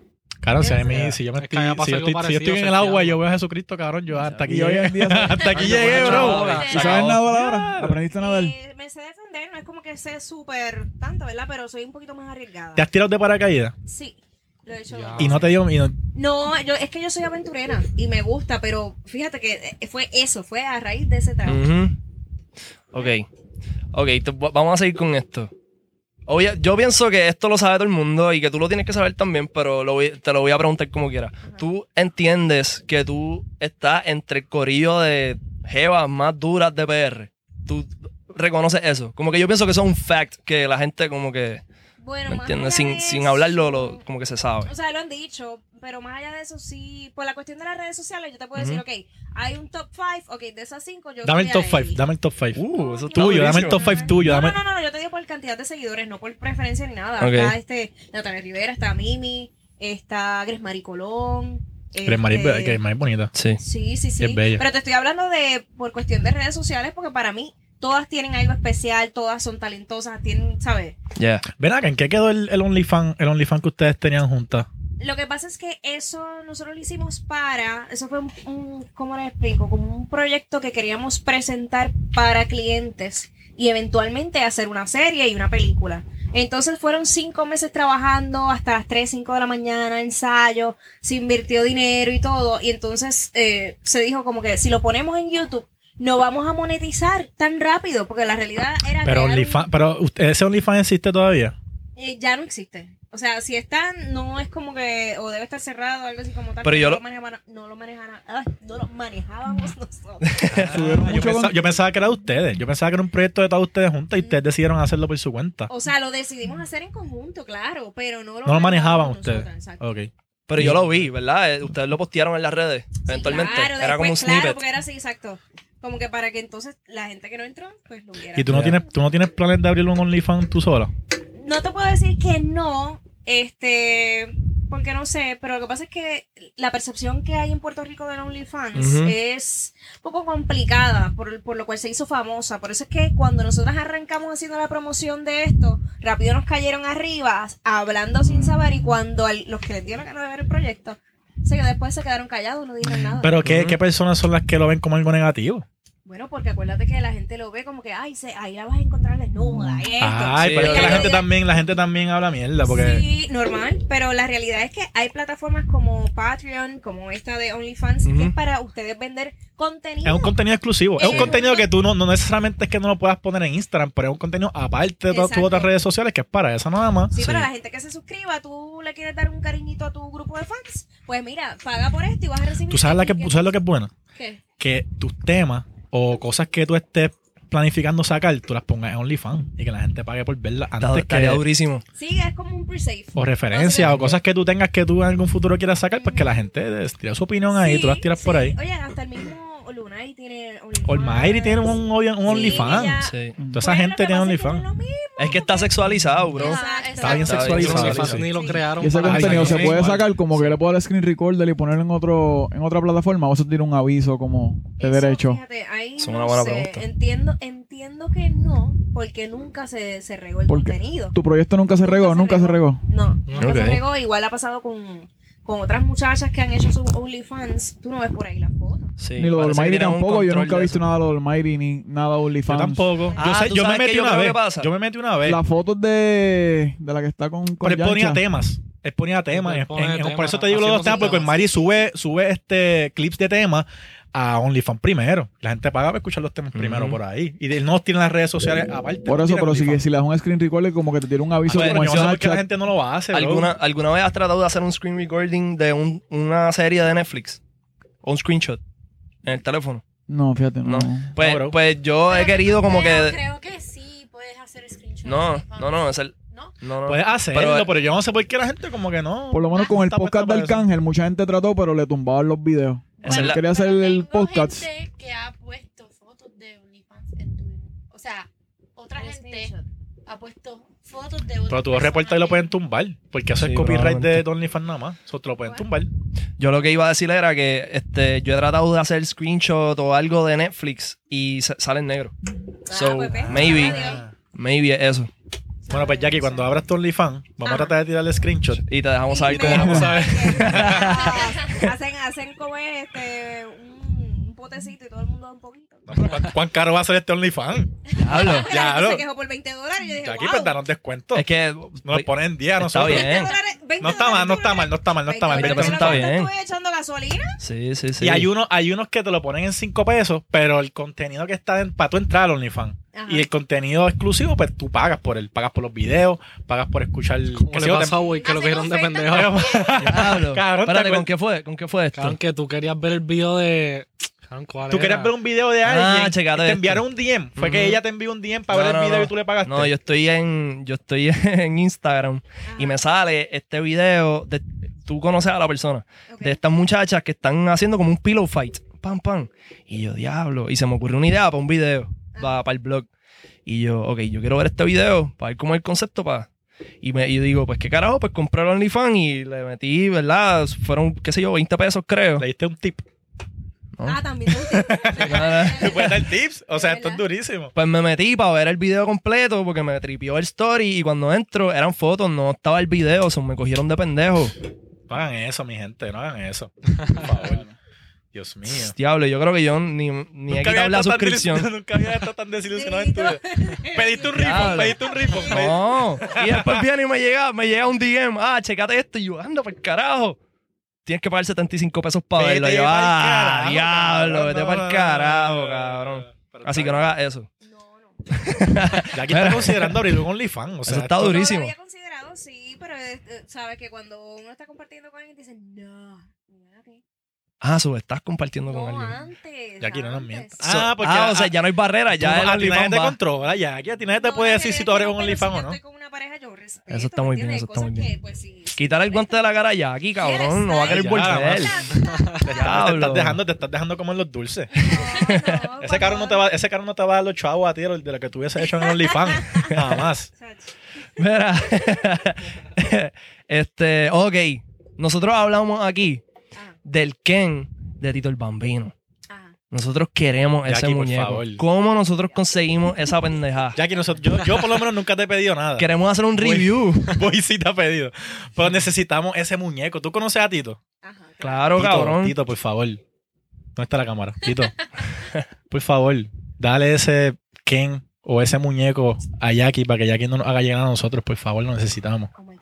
Speaker 2: Cabrón, si, a mí me- si yo me
Speaker 4: Es que
Speaker 2: estoy,
Speaker 4: me pasa
Speaker 2: si yo
Speaker 4: algo
Speaker 2: estoy, si yo estoy en el
Speaker 4: parecido,
Speaker 2: agua y yo veo a Jesucristo, cabrón, yo hasta aquí
Speaker 6: Y hoy en
Speaker 2: llegué.
Speaker 6: día sabes-
Speaker 2: Hasta aquí
Speaker 4: Ay, yo me
Speaker 2: llegué,
Speaker 4: he
Speaker 2: bro.
Speaker 4: echado agua.
Speaker 6: ¿Y sabes nadar ahora? ¿Aprendiste a nadar?
Speaker 3: Eh, me sé defender, no es como que sé súper tanto, ¿verdad? Pero soy un poquito más arriesgada.
Speaker 2: ¿Te has tirado de paracaídas?
Speaker 3: Sí, lo he hecho.
Speaker 4: Ya.
Speaker 2: Y no te dio miedo.
Speaker 3: No, yo, es que yo soy aventurera y me gusta, pero fíjate que eh, fue eso, fue a raíz de ese trauma.
Speaker 1: Ujú. Ok. Ok, te- va- vamos a seguir con esto. Obvia- yo pienso que esto lo sabe todo el mundo y que tú lo tienes que saber también, pero lo voy- te lo voy a preguntar como quieras. ¿Tú entiendes que tú estás entre el corillo de jevas más duras de PR? ¿Tú reconoces eso? Como que yo pienso que eso es un fact que la gente como que
Speaker 3: Bueno,
Speaker 1: Mm, ¿Me
Speaker 3: más
Speaker 1: entiendes?
Speaker 3: allá
Speaker 1: Sin,
Speaker 3: de
Speaker 1: sin
Speaker 3: eso-
Speaker 1: hablarlo, lo- como que se sabe.
Speaker 3: O sea, lo han dicho, pero más allá de eso, sí. Por la cuestión de las redes sociales, yo te puedo
Speaker 1: Ujú.
Speaker 3: decir, ok, hay un top 5, ok, de esas 5, yo.
Speaker 2: Dame el top
Speaker 3: estoy
Speaker 2: 5,
Speaker 3: ahí.
Speaker 2: dame el top 5.
Speaker 1: Uh, eso está
Speaker 2: Tuyo, dame el
Speaker 1: durísimo.
Speaker 2: top 5 tuyo.
Speaker 3: No,
Speaker 2: Dame...
Speaker 3: no, no, no, yo te digo por cantidad de seguidores, no por preferencia ni nada.
Speaker 1: Ok.
Speaker 3: Está este, Natalia Rivera, está Mimi, está Gresmari Colón.
Speaker 2: Pero es Mari-
Speaker 3: este-
Speaker 2: que es Mari bonita.
Speaker 1: Sí.
Speaker 3: Sí, sí, sí.
Speaker 2: Es bella.
Speaker 3: Pero te estoy hablando de por cuestión de redes sociales, porque para mí todas tienen algo especial, todas son talentosas, tienen, ¿sabes?
Speaker 1: Yeah.
Speaker 2: Ven acá, ¿en qué quedó el, el OnlyFans el OnlyFans que ustedes tenían juntas?
Speaker 3: Lo que pasa es que eso nosotros lo hicimos para, eso fue un, un- ¿cómo le explico? Como un proyecto que queríamos presentar para clientes y eventualmente hacer una serie y una película. Entonces fueron cinco meses trabajando hasta las 3, 5 de la mañana, ensayo, se invirtió dinero y todo. Y entonces eh, se dijo como que si lo ponemos en YouTube, no vamos a monetizar tan rápido, porque la realidad era...
Speaker 2: Pero,
Speaker 3: crear un-
Speaker 2: OnlyFans, pero usted- ese OnlyFans existe todavía.
Speaker 3: eh, ya no existe. O sea, si está, no es como que, o debe estar cerrado, algo así como tal.
Speaker 1: Pero yo
Speaker 3: no
Speaker 1: lo-
Speaker 3: manejaban- no lo manejaban, ah, no lo manejábamos nosotros.
Speaker 6: Subieron
Speaker 2: Ah, yo,
Speaker 6: mucho
Speaker 2: pensaba,
Speaker 6: con-
Speaker 2: yo pensaba que era de ustedes. Yo pensaba que era un proyecto de todas ustedes juntas y
Speaker 3: Mm.
Speaker 2: ustedes decidieron hacerlo por su cuenta.
Speaker 3: O sea, lo decidimos hacer en conjunto, claro, pero no lo,
Speaker 2: No lo manejaban
Speaker 3: nosotros,
Speaker 2: ustedes.
Speaker 3: exacto.
Speaker 2: Ok.
Speaker 1: Pero yo lo vi, ¿verdad? Eh, Ustedes lo postearon en las redes,
Speaker 3: Sí,
Speaker 1: eventualmente.
Speaker 3: claro,
Speaker 1: era como un
Speaker 3: después, claro,
Speaker 1: snippet.
Speaker 3: porque era así, exacto. Como que para que entonces la gente que no entró, pues lo viera.
Speaker 2: ¿Y tú no,
Speaker 1: Ya.
Speaker 2: tienes, tú no tienes planes de abrir un OnlyFans tú sola?
Speaker 3: No te puedo decir que no, este, porque no sé, pero lo que pasa es que la percepción que hay en Puerto Rico del OnlyFans
Speaker 1: Ujú.
Speaker 3: es un poco complicada, por, por lo cual se hizo famosa. Por eso es que cuando nosotras arrancamos haciendo la promoción de esto, rápido nos cayeron arriba, hablando sin saber, y cuando al- los que les dio la gana de ver el proyecto, se, que después se quedaron callados, no dijeron nada.
Speaker 2: Pero ¿qué,
Speaker 1: Ujú.
Speaker 2: ¿qué personas son las que lo ven como algo negativo?
Speaker 3: bueno, porque acuérdate que la gente lo ve como que, ay, se, ahí la vas a encontrar desnuda, esto.
Speaker 2: Ay,
Speaker 1: Sí,
Speaker 2: pero es que la
Speaker 1: claro.
Speaker 2: gente también, la gente también habla mierda Ah, porque...
Speaker 3: Sí, normal, pero la realidad es que hay plataformas como Patreon, como esta de OnlyFans, que
Speaker 1: Ujú.
Speaker 3: es para ustedes vender contenido.
Speaker 2: Es un contenido exclusivo. Es un
Speaker 3: Eh,
Speaker 2: contenido que tú no, no necesariamente es que no lo puedas poner en Instagram, pero es un contenido aparte de todas tus
Speaker 3: Exacto.
Speaker 2: otras redes sociales que es para esa nada más.
Speaker 3: Sí,
Speaker 2: Sí.
Speaker 3: para la gente que se suscriba, tú le quieres dar un cariñito a tu grupo de fans, pues mira, paga por esto y vas a recibir.
Speaker 2: ¿Tú sabes, la que,
Speaker 3: ¿Qué?
Speaker 2: tú sabes lo que es bueno?
Speaker 3: ¿Qué?
Speaker 2: Que tus temas o cosas que tú estés planificando sacar, tú las pongas en OnlyFans y que la gente pague por verlas
Speaker 1: Está-
Speaker 2: antes
Speaker 1: Estaría
Speaker 2: que...
Speaker 1: durísimo.
Speaker 3: Sí, es como un pre-save.
Speaker 2: O referencias o cosas que tú tengas que tú en algún futuro quieras sacar, pues que la gente eh, tira su opinión ahí,
Speaker 3: Sí,
Speaker 2: tú las tiras
Speaker 3: sí.
Speaker 2: por ahí.
Speaker 3: Oye, hasta el mismo Lunay tiene OnlyFans. Pues
Speaker 2: Olmairi tiene un, un- un
Speaker 3: Sí, ya.
Speaker 2: OnlyFans.
Speaker 1: Sí.
Speaker 2: Toda esa gente tiene OnlyFans.
Speaker 1: Es que está sexualizado, bro.
Speaker 3: Exacto.
Speaker 2: Está bien sexualizado.
Speaker 1: sexualizado.
Speaker 4: Ni lo
Speaker 3: Sí.
Speaker 4: crearon.
Speaker 6: Y ese
Speaker 4: para-
Speaker 6: contenido
Speaker 2: Ay,
Speaker 6: se
Speaker 2: sí,
Speaker 6: puede
Speaker 2: igual.
Speaker 6: sacar como que le puedo dar screen recorder y ponerlo en otro en otra plataforma o eso tiene un aviso como de
Speaker 3: Eso,
Speaker 6: derecho.
Speaker 3: fíjate, ahí
Speaker 1: Es una
Speaker 3: no
Speaker 1: buena
Speaker 3: sé.
Speaker 1: pregunta.
Speaker 3: Entiendo, entiendo que no, porque nunca se, se regó el
Speaker 6: ¿Por qué?
Speaker 3: contenido.
Speaker 6: Tu proyecto nunca se regó, nunca se regó.
Speaker 3: No, nunca
Speaker 1: Ok.
Speaker 3: se regó. Igual ha pasado con, con otras muchachas que han hecho sus OnlyFans. Tú no ves por ahí las fotos.
Speaker 1: Sí,
Speaker 6: Ni lo de
Speaker 1: parece que
Speaker 6: Almighty
Speaker 1: tienen un
Speaker 6: tampoco, yo
Speaker 1: control
Speaker 6: nunca he
Speaker 1: de
Speaker 6: visto
Speaker 1: eso.
Speaker 6: nada de lo de Almighty ni nada de
Speaker 2: Yo
Speaker 6: OnlyFans.
Speaker 2: tampoco.
Speaker 1: Ah,
Speaker 2: yo sé-
Speaker 1: ¿tú
Speaker 2: yo me
Speaker 1: sabes
Speaker 2: metí
Speaker 1: qué yo
Speaker 2: una
Speaker 1: creo
Speaker 2: vez.
Speaker 1: que pasa?
Speaker 2: Yo me metí una vez.
Speaker 6: Las fotos de, de la que está con, con
Speaker 2: Pero él ponía
Speaker 6: Yancha.
Speaker 2: temas. Él ponía temas.
Speaker 4: Él
Speaker 2: en-
Speaker 4: pone
Speaker 2: en- en-
Speaker 4: temas,
Speaker 2: por eso te digo lo de los
Speaker 4: haciendo
Speaker 2: temas, porque el
Speaker 4: temas.
Speaker 2: Mari sube, sube este clips de temas a OnlyFans primero. La gente paga para escuchar los temas primero
Speaker 1: Ujú.
Speaker 2: por ahí. Y él no tiene las redes sociales aparte.
Speaker 6: Por eso,
Speaker 2: tiene
Speaker 6: pero si,
Speaker 2: OnlyFans.
Speaker 6: si le das un screen recorder como que te tiene un aviso
Speaker 2: Bueno,
Speaker 6: como en
Speaker 2: yo no sé por qué la
Speaker 6: Snapchat.
Speaker 2: gente no lo hace. bro.
Speaker 1: ¿Alguna, ¿Alguna vez has tratado de hacer un screen recording de un- una serie de Netflix? O un screenshot en el teléfono.
Speaker 6: No, fíjate, no.
Speaker 1: No. Pues,
Speaker 2: No, bro.
Speaker 1: pues yo he
Speaker 5: Pero
Speaker 1: querido como que...
Speaker 5: creo- Creo que sí, puedes hacer screenshot.
Speaker 1: No,
Speaker 5: sí,
Speaker 1: no, no, es el...
Speaker 5: ¿No?
Speaker 1: No, no.
Speaker 2: Puedes hacerlo,
Speaker 1: Pero-
Speaker 2: pero, yo no sé por qué la gente como que no.
Speaker 6: Por lo menos con el
Speaker 2: Ah, Está puesta
Speaker 6: podcast de
Speaker 2: para eso.
Speaker 6: Arcángel, mucha gente trató, pero le tumbaban los videos.
Speaker 1: Esa es
Speaker 6: Cuando
Speaker 1: la-
Speaker 6: quería hacer
Speaker 5: Pero
Speaker 6: el
Speaker 5: tengo
Speaker 6: podcast.
Speaker 5: gente que ha puesto fotos de OnlyFans en Twitter. O sea, otra gente ha puesto fotos de
Speaker 2: Pero tú reportas y lo pueden tumbar. Porque eso
Speaker 1: Sí,
Speaker 2: es copyright de
Speaker 1: probablemente.
Speaker 2: OnlyFans nada más. Eso te lo pueden
Speaker 5: Bueno.
Speaker 2: tumbar.
Speaker 1: Yo lo que iba a decir era que este, yo he tratado de hacer screenshot o algo de Netflix y sa- sale en negro. So,
Speaker 3: pues, ve.
Speaker 1: maybe,
Speaker 3: Adiós.
Speaker 1: maybe es eso.
Speaker 2: Bueno, pues Jackie, cuando abras tu OnlyFans, vamos a tratar de tirarle screenshot.
Speaker 1: Y te dejamos saber
Speaker 3: Y me-
Speaker 1: cómo.
Speaker 3: hacen, hacen como es, este, un, un potecito y todo el mundo da un poquito.
Speaker 2: No, pero ¿cuán, cuán caro va a ser este OnlyFans?
Speaker 1: Hablo.
Speaker 3: Que
Speaker 2: Ya,
Speaker 3: la gente
Speaker 2: claro.
Speaker 3: se quejó por 20 dólares. Yo dije,
Speaker 2: Jackie,
Speaker 3: wow,
Speaker 2: pues danos descuento.
Speaker 1: Es que... pues,
Speaker 2: Nos lo ponen en día a
Speaker 1: Está
Speaker 2: nosotros.
Speaker 1: bien.
Speaker 3: 20 dólares, 20
Speaker 2: No está mal, no está
Speaker 3: dólares.
Speaker 2: mal, no está mal, no está mal.
Speaker 1: 20
Speaker 2: 20
Speaker 1: pesos
Speaker 2: pesos.
Speaker 1: está bien.
Speaker 3: Estuve echando gasolina.
Speaker 1: Sí, sí, sí.
Speaker 2: Y hay unos, hay unos que te lo ponen en 5 pesos, pero el contenido que está en, para tú entrar al OnlyFans.
Speaker 3: Ajá.
Speaker 2: Y el contenido exclusivo, pues tú pagas por él. Pagas por los videos, pagas por escuchar.
Speaker 4: ¿Cómo
Speaker 2: qué
Speaker 4: le
Speaker 2: sé yo,
Speaker 4: pasó a Boy que lo
Speaker 5: Hacen
Speaker 4: cogieron de
Speaker 5: ofertas
Speaker 4: pendejo?
Speaker 2: te-
Speaker 1: Hablo.
Speaker 2: Cabrón, ¿te
Speaker 1: Espérate,
Speaker 2: acuerdas?
Speaker 1: ¿con qué fue? ¿Con qué fue esto?
Speaker 4: Cabrón, que tú querías ver el video de. Cabrón, ¿cuál
Speaker 2: Tú
Speaker 4: era?
Speaker 2: querías ver un video de
Speaker 1: Ah,
Speaker 2: alguien. y
Speaker 1: checate
Speaker 2: te
Speaker 1: esto.
Speaker 2: enviaron un DM. Fue que
Speaker 1: Ujú.
Speaker 2: ella te envió un DM
Speaker 1: No,
Speaker 2: para ver
Speaker 1: no,
Speaker 2: el video
Speaker 1: no.
Speaker 2: y tú le pagaste.
Speaker 1: No, yo estoy en, yo estoy en Instagram y me sale este video de tú conoces a la persona,
Speaker 3: Ok.
Speaker 1: de estas muchachas que están haciendo como un pillow fight. Pam, pam. Y yo, diablo. Y se me ocurrió una idea para un video, para, el blog. Y yo, ok, yo quiero ver este video para ver cómo es el concepto para. Y, me, y yo digo, pues qué carajo, pues compré el OnlyFans y le metí, ¿verdad? Fueron, qué sé yo, 20 pesos, creo.
Speaker 2: Le diste un tip.
Speaker 1: ¿no?
Speaker 3: Ah, también.
Speaker 2: ¿Te puedes dar tips? O sea,
Speaker 5: Es
Speaker 2: esto es
Speaker 5: verdad.
Speaker 2: durísimo.
Speaker 1: Pues me metí para ver el video completo porque me tripió el story y cuando entro eran fotos, no estaba el video, son, me cogieron de pendejo.
Speaker 2: No hagan eso, mi gente. No hagan eso. Por favor. Dios mío.
Speaker 1: Diablo, yo creo que yo ni, ni he
Speaker 2: Nunca había
Speaker 1: quitado la
Speaker 2: estado tan
Speaker 1: suscripción.
Speaker 2: desilu- Nunca había estado tan desilusionado en tu vida. Pediste un rifle,
Speaker 1: Diablo.
Speaker 2: pediste un rifle.
Speaker 1: No. Y después viene y me llega, me llega un DM. Ah, checate esto. Y yo, anda, por carajo. Tienes que pagar 75 pesos para verlo. Y yo, ah, diablo, vete para el carajo, cabrón. Así que no hagas eso.
Speaker 5: No, no.
Speaker 2: Ya aquí está considerando abrir un OnlyFans. O sea,
Speaker 1: Eso está
Speaker 2: esto-
Speaker 1: durísimo.
Speaker 3: No lo había considerado, sí, pero eh, sabes que cuando uno está compartiendo con alguien, te dicen, no, no, ok.
Speaker 1: Ah, su, estás compartiendo con
Speaker 3: no ah.
Speaker 1: alguien.
Speaker 3: antes.
Speaker 2: Ya aquí no nos
Speaker 3: antes.
Speaker 2: mientas.
Speaker 1: So-
Speaker 2: Ah, porque-
Speaker 1: o sea, ya no hay barrera,
Speaker 2: tú
Speaker 1: ya
Speaker 2: no-
Speaker 1: el
Speaker 2: a ti nadie
Speaker 1: OnlyFans
Speaker 2: te
Speaker 1: va.
Speaker 2: controla ya. Aquí a ti nadie te
Speaker 3: No,
Speaker 2: puede
Speaker 3: no,
Speaker 2: decir
Speaker 3: no,
Speaker 2: si tú abres
Speaker 3: no,
Speaker 2: un
Speaker 3: pero
Speaker 2: OnlyFans
Speaker 3: si
Speaker 2: o
Speaker 3: yo
Speaker 2: no.
Speaker 3: estoy con una pareja, yo respeto,
Speaker 1: Eso está muy bien,
Speaker 3: ¿entiendes?
Speaker 1: eso está
Speaker 3: Cosas
Speaker 1: muy bien.
Speaker 3: que, pues, sí,
Speaker 1: Quitar el guante de la cara ya aquí, cabrón. No va a querer
Speaker 2: Ya,
Speaker 1: volver.
Speaker 3: Claro,
Speaker 2: Te
Speaker 3: claro.
Speaker 2: estás, te
Speaker 1: Diablo.
Speaker 2: estás dejando, te estás dejando comer los dulces.
Speaker 3: No, no,
Speaker 2: Ese carro no te va, ese carro no te va a dar los chavos a ti de lo- de lo que tú hubieses hecho en el OnlyFans. Nada más.
Speaker 3: Sacho.
Speaker 1: Mira. este, ok. Nosotros hablamos aquí
Speaker 3: Ajá.
Speaker 1: del Ken de Tito el Bambino.
Speaker 3: Ajá.
Speaker 1: Nosotros queremos ese
Speaker 2: Jackie, por
Speaker 1: muñeco.
Speaker 2: favor.
Speaker 1: ¿Cómo nosotros conseguimos esa pendejada?
Speaker 2: Jackie, nosotros, yo, yo por lo menos nunca te he pedido nada.
Speaker 1: Queremos hacer un
Speaker 2: Güey.
Speaker 1: review.
Speaker 2: Voy sí te ha pedido. Pero necesitamos ese muñeco. ¿Tú conoces a Tito?
Speaker 3: Ajá,
Speaker 1: Claro,
Speaker 3: claro.
Speaker 2: Tito,
Speaker 1: cabrón.
Speaker 2: Tito, por favor. ¿Dónde está la cámara? Tito, por favor, dale ese Ken o ese muñeco a Jackie para que Jackie no nos haga llegar a nosotros. Por favor, lo necesitamos.
Speaker 3: Oh my God.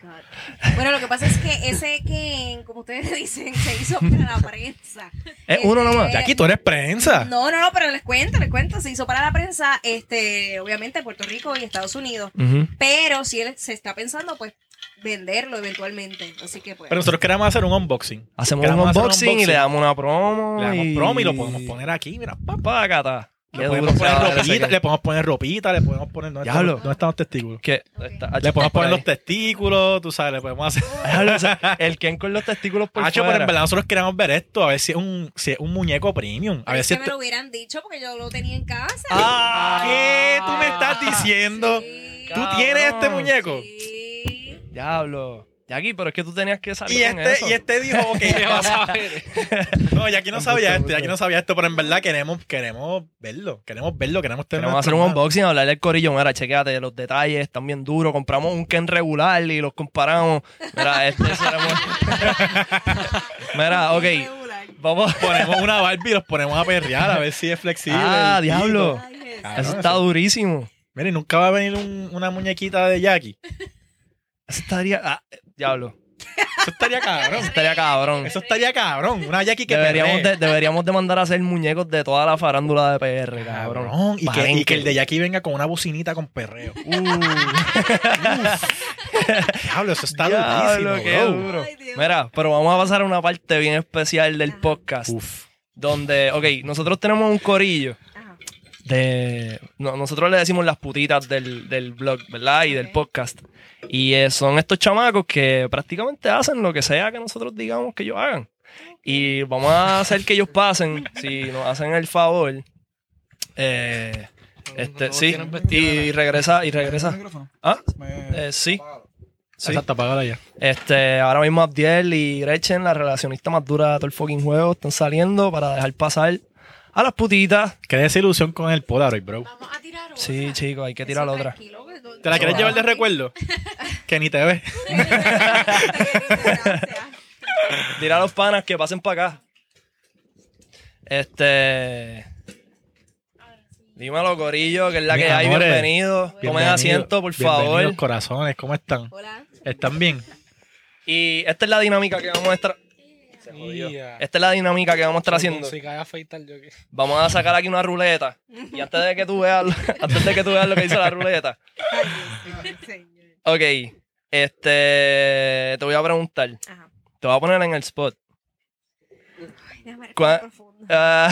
Speaker 3: Bueno, lo que pasa es que ese que, como ustedes dicen, se hizo para la prensa. Este,
Speaker 1: Es uno nomás.
Speaker 3: Ya
Speaker 2: Jackie, tú eres prensa.
Speaker 3: Eh, No, no, no, pero les cuento, les cuento. Se hizo para la prensa, este, obviamente, Puerto Rico y Estados Unidos.
Speaker 1: Ujú.
Speaker 3: Pero si él se está pensando, pues, venderlo eventualmente. Así que, pues.
Speaker 2: Pero nosotros queremos hacer un unboxing.
Speaker 1: Hacemos un
Speaker 2: Queremos hacer
Speaker 1: unboxing,
Speaker 2: un
Speaker 1: y le
Speaker 2: unboxing.
Speaker 1: damos una promo.
Speaker 2: Le damos promo y lo podemos poner aquí. Mira, pa, pa.
Speaker 1: Págata. Qué
Speaker 2: Le podemos,
Speaker 1: duro se va a
Speaker 2: poner
Speaker 1: ver ese
Speaker 2: ropita,
Speaker 1: Ken.
Speaker 2: le podemos poner ropita, le podemos poner. ¿Dónde, están,
Speaker 1: Diablo.
Speaker 2: los- dónde están los testículos?
Speaker 1: Que-
Speaker 5: Ok.
Speaker 1: está-
Speaker 2: Le podemos
Speaker 1: por
Speaker 2: poner los
Speaker 1: ahí.
Speaker 2: testículos, tú sabes, le podemos hacer.
Speaker 1: Diablo, o sea, El Ken con los testículos por
Speaker 2: Hacho, pero en
Speaker 1: fuera.
Speaker 2: verdad nosotros queríamos ver esto, a ver si es un, si es un muñeco premium. A
Speaker 3: pero
Speaker 2: ver
Speaker 3: es
Speaker 2: si
Speaker 3: que
Speaker 2: esto-
Speaker 3: me lo hubieran dicho porque yo lo tenía en casa.
Speaker 2: Ah, ¿Qué tú me estás
Speaker 1: Ah,
Speaker 2: diciendo?
Speaker 3: Sí.
Speaker 2: ¿Tú tienes este
Speaker 1: Cabrón.
Speaker 2: muñeco?
Speaker 3: Sí.
Speaker 1: Diablo. Jackie, pero es que tú tenías que salir
Speaker 2: Y
Speaker 1: con
Speaker 2: este,
Speaker 1: eso.
Speaker 2: y este dijo, ok,
Speaker 4: ¿Qué vas a ver?
Speaker 2: no, y aquí no
Speaker 1: Con
Speaker 2: sabía
Speaker 1: gusto,
Speaker 2: esto, y aquí
Speaker 1: gusto.
Speaker 2: no sabía esto, pero en verdad queremos, queremos verlo, queremos verlo, queremos tener
Speaker 1: Queremos hacer
Speaker 2: nuestro
Speaker 1: un
Speaker 2: mano.
Speaker 1: unboxing, hablarle al corillo. Mira, chequéate los detalles, están bien duros. Compramos un Ken regular y los comparamos. Mira, este será muy- Mira, ok.
Speaker 3: Regular.
Speaker 1: Vamos.
Speaker 2: Ponemos una Barbie y los ponemos a perrear a ver si es flexible.
Speaker 1: Ah,
Speaker 2: el pito.
Speaker 1: diablo.
Speaker 3: Ay, Jesús.
Speaker 2: Ah,
Speaker 1: Eso
Speaker 2: no,
Speaker 1: está
Speaker 2: eso-
Speaker 1: durísimo.
Speaker 2: Mira, y nunca va a venir un- una muñequita de Jackie.
Speaker 1: Eso estaría. ah, diablo.
Speaker 2: Eso estaría cabrón.
Speaker 1: Eso estaría cabrón.
Speaker 2: Eso estaría cabrón. Una Jackie que
Speaker 1: Deberíamos
Speaker 2: perree.
Speaker 1: de, deberíamos de mandar a hacer muñecos de toda la farándula de PR, cabrón.
Speaker 2: Cabrón, Y que, y
Speaker 1: Palenque. Uh.
Speaker 2: que el de Jackie venga con una bocinita con perreo. Diablo, eso está
Speaker 1: Diablo,
Speaker 2: durísimo,
Speaker 1: qué
Speaker 2: bro.
Speaker 1: duro.
Speaker 3: Ay, Dios.
Speaker 1: Mira, pero vamos a pasar a una parte bien especial del
Speaker 3: Ajá.
Speaker 1: podcast.
Speaker 2: Uf.
Speaker 1: Donde, ok, nosotros tenemos un corillo.
Speaker 3: Ajá.
Speaker 1: de. no, nosotros le decimos las putitas del, del blog, ¿verdad? Y del
Speaker 3: Ok.
Speaker 1: podcast. Y eh, son estos chamacos que prácticamente hacen lo que sea que nosotros digamos que ellos hagan. Y vamos a hacer que ellos pasen, si nos hacen el favor. Eh, este,
Speaker 4: Todos
Speaker 1: sí,
Speaker 4: tienen vestido de
Speaker 1: y regresa, y regresa.
Speaker 6: micrófono?
Speaker 1: Ah,
Speaker 6: Me-
Speaker 1: eh, sí, sí.
Speaker 2: Exacto, apagala ya.
Speaker 1: Este, ahora mismo Abdiel y Gretchen, la relacionista más dura de todo el fucking juego, están saliendo para dejar pasar a las putitas.
Speaker 2: Qué desilusión con el Polaroid, bro.
Speaker 5: Vamos a tirar otra.
Speaker 1: Sí, chicos, hay que tirar
Speaker 3: Eso
Speaker 1: otra.
Speaker 3: tranquilo, pues, no-
Speaker 2: ¿Te la querés
Speaker 1: Ah.
Speaker 2: llevar de recuerdo? que ni te ves.
Speaker 3: Gracias.
Speaker 1: Dile a los panas que pasen para acá. Este. Dímelo, Corillo, que es la
Speaker 2: Mis
Speaker 1: que hay.
Speaker 2: amores,
Speaker 1: Bienvenido. Tomen
Speaker 2: Bienvenido.
Speaker 1: asiento, por
Speaker 2: Bienvenidos,
Speaker 1: favor.
Speaker 2: corazones, ¿cómo están?
Speaker 3: Hola.
Speaker 2: ¿Están bien?
Speaker 1: Y esta es la dinámica que vamos a estar. Se jodió.
Speaker 4: Yeah.
Speaker 1: Esta es la dinámica que vamos a estar haciendo.
Speaker 4: Si cae a afeitar yo que.
Speaker 1: Vamos a sacar aquí una ruleta. Y antes de que tú veas, antes de que tú veas lo que dice la ruleta.
Speaker 3: Ay, Dios mío, señor.
Speaker 1: Ok. Este. Te voy a preguntar.
Speaker 3: Ajá.
Speaker 1: Te voy a poner en el spot.
Speaker 3: Ay, Déjame respirar
Speaker 1: ¿Cuál-
Speaker 3: profundo.
Speaker 1: Ah,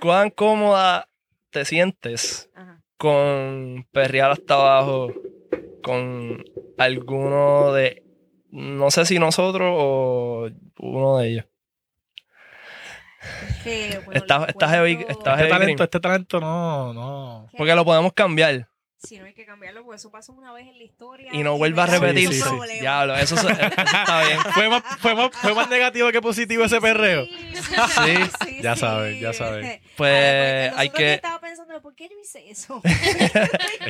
Speaker 1: ¿Cuán cómoda te sientes
Speaker 3: Ajá.
Speaker 1: con perrear hasta abajo con alguno de, no sé si nosotros o uno de ellos?
Speaker 3: Que, bueno,
Speaker 1: Está-
Speaker 3: los
Speaker 1: está heavy-
Speaker 3: cuentos-
Speaker 1: está
Speaker 2: Este
Speaker 1: Heavy
Speaker 2: talento,
Speaker 1: Cream.
Speaker 2: este talento no, no.
Speaker 1: Porque lo podemos cambiar
Speaker 3: Si no hay que cambiarlo, porque eso pasó una vez en la historia.
Speaker 1: y no vuelva a
Speaker 3: me da mucho
Speaker 1: repetirse.
Speaker 2: sí, sí.
Speaker 3: problema.
Speaker 1: Diablo, eso, se- eso está bien.
Speaker 2: Fue más, fue más- fue más negativo que positivo ese perreo.
Speaker 3: Sí,
Speaker 1: Sí,
Speaker 2: ya saben, ya saben.
Speaker 1: Pues hay
Speaker 3: Nosotros
Speaker 1: que...
Speaker 3: estaba pensando, ¿por qué yo hice eso?
Speaker 2: Es
Speaker 1: Eso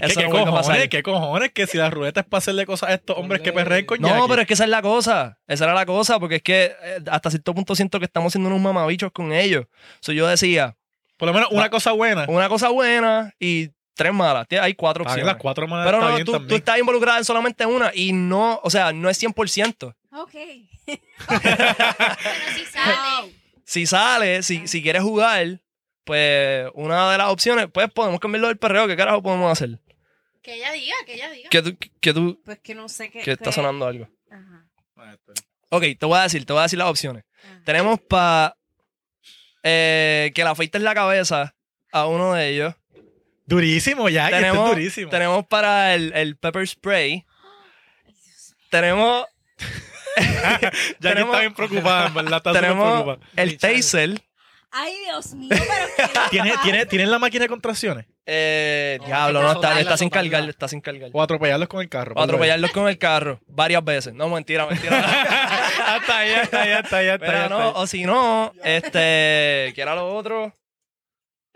Speaker 2: que, ¿qué
Speaker 1: no vuelve a
Speaker 2: cojones?
Speaker 1: pasar.
Speaker 2: ¿Qué cojones? Que si la ruleta es para hacerle cosas a estos hombres Pues que perreen con
Speaker 1: No,
Speaker 2: Jackie.
Speaker 1: pero es que esa es la cosa. Esa era la cosa, porque es que eh, hasta cierto punto siento que estamos siendo unos mamabichos con ellos. So, yo decía,
Speaker 2: Por lo menos una cosa buena.
Speaker 1: una cosa buena y tres malas. Tien- Hay cuatro
Speaker 2: Está bien,
Speaker 1: opciones.
Speaker 2: las cuatro maneras
Speaker 1: Pero
Speaker 2: está
Speaker 1: no,
Speaker 2: bien
Speaker 1: tú,
Speaker 2: también.
Speaker 1: tú estás involucrada en solamente una y no, o sea, no es 100%.
Speaker 3: ok.
Speaker 5: Pero si sale.
Speaker 1: Si sale, si, si quieres jugar, pues una de las opciones, pues podemos cambiarlo del perreo. ¿Qué carajo podemos hacer?
Speaker 5: Que ella diga, que ella diga.
Speaker 1: Que tú, que tú,
Speaker 3: Pues que no sé qué.
Speaker 1: que está
Speaker 3: qué-
Speaker 1: sonando algo.
Speaker 3: Ajá.
Speaker 1: Ok, te voy a decir, te voy a decir las opciones.
Speaker 3: ajá.
Speaker 1: Tenemos para que le afeites la cabeza a uno de ellos.
Speaker 2: Durísimo, ya, que esto es
Speaker 1: Tenemos-
Speaker 2: durísimo.
Speaker 1: Tenemos para el, el pepper spray. Tenemos,
Speaker 2: ya que
Speaker 1: tenemos-
Speaker 2: está bien preocupada, en verdad, está súper
Speaker 1: tenemos
Speaker 2: preocupada.
Speaker 1: el taser.
Speaker 3: Ay, Dios mío, pero que.
Speaker 2: ¿Tiene, tiene, ¿Tienen la máquina de contracciones?
Speaker 1: Eh,
Speaker 4: No,
Speaker 1: diablo,
Speaker 4: Oh, hay que
Speaker 1: no, está,
Speaker 4: soltarla,
Speaker 1: está sin
Speaker 4: soltarla.
Speaker 1: cargar, está sin cargar.
Speaker 2: ¿O atropellarlos con el carro?
Speaker 1: O atropellarlos con el carro varias veces. No, mentira, mentira.
Speaker 2: hasta allá, hasta allá, hasta allá. Hasta allá,
Speaker 1: Pero no, o si no, este, ¿qué era lo otro?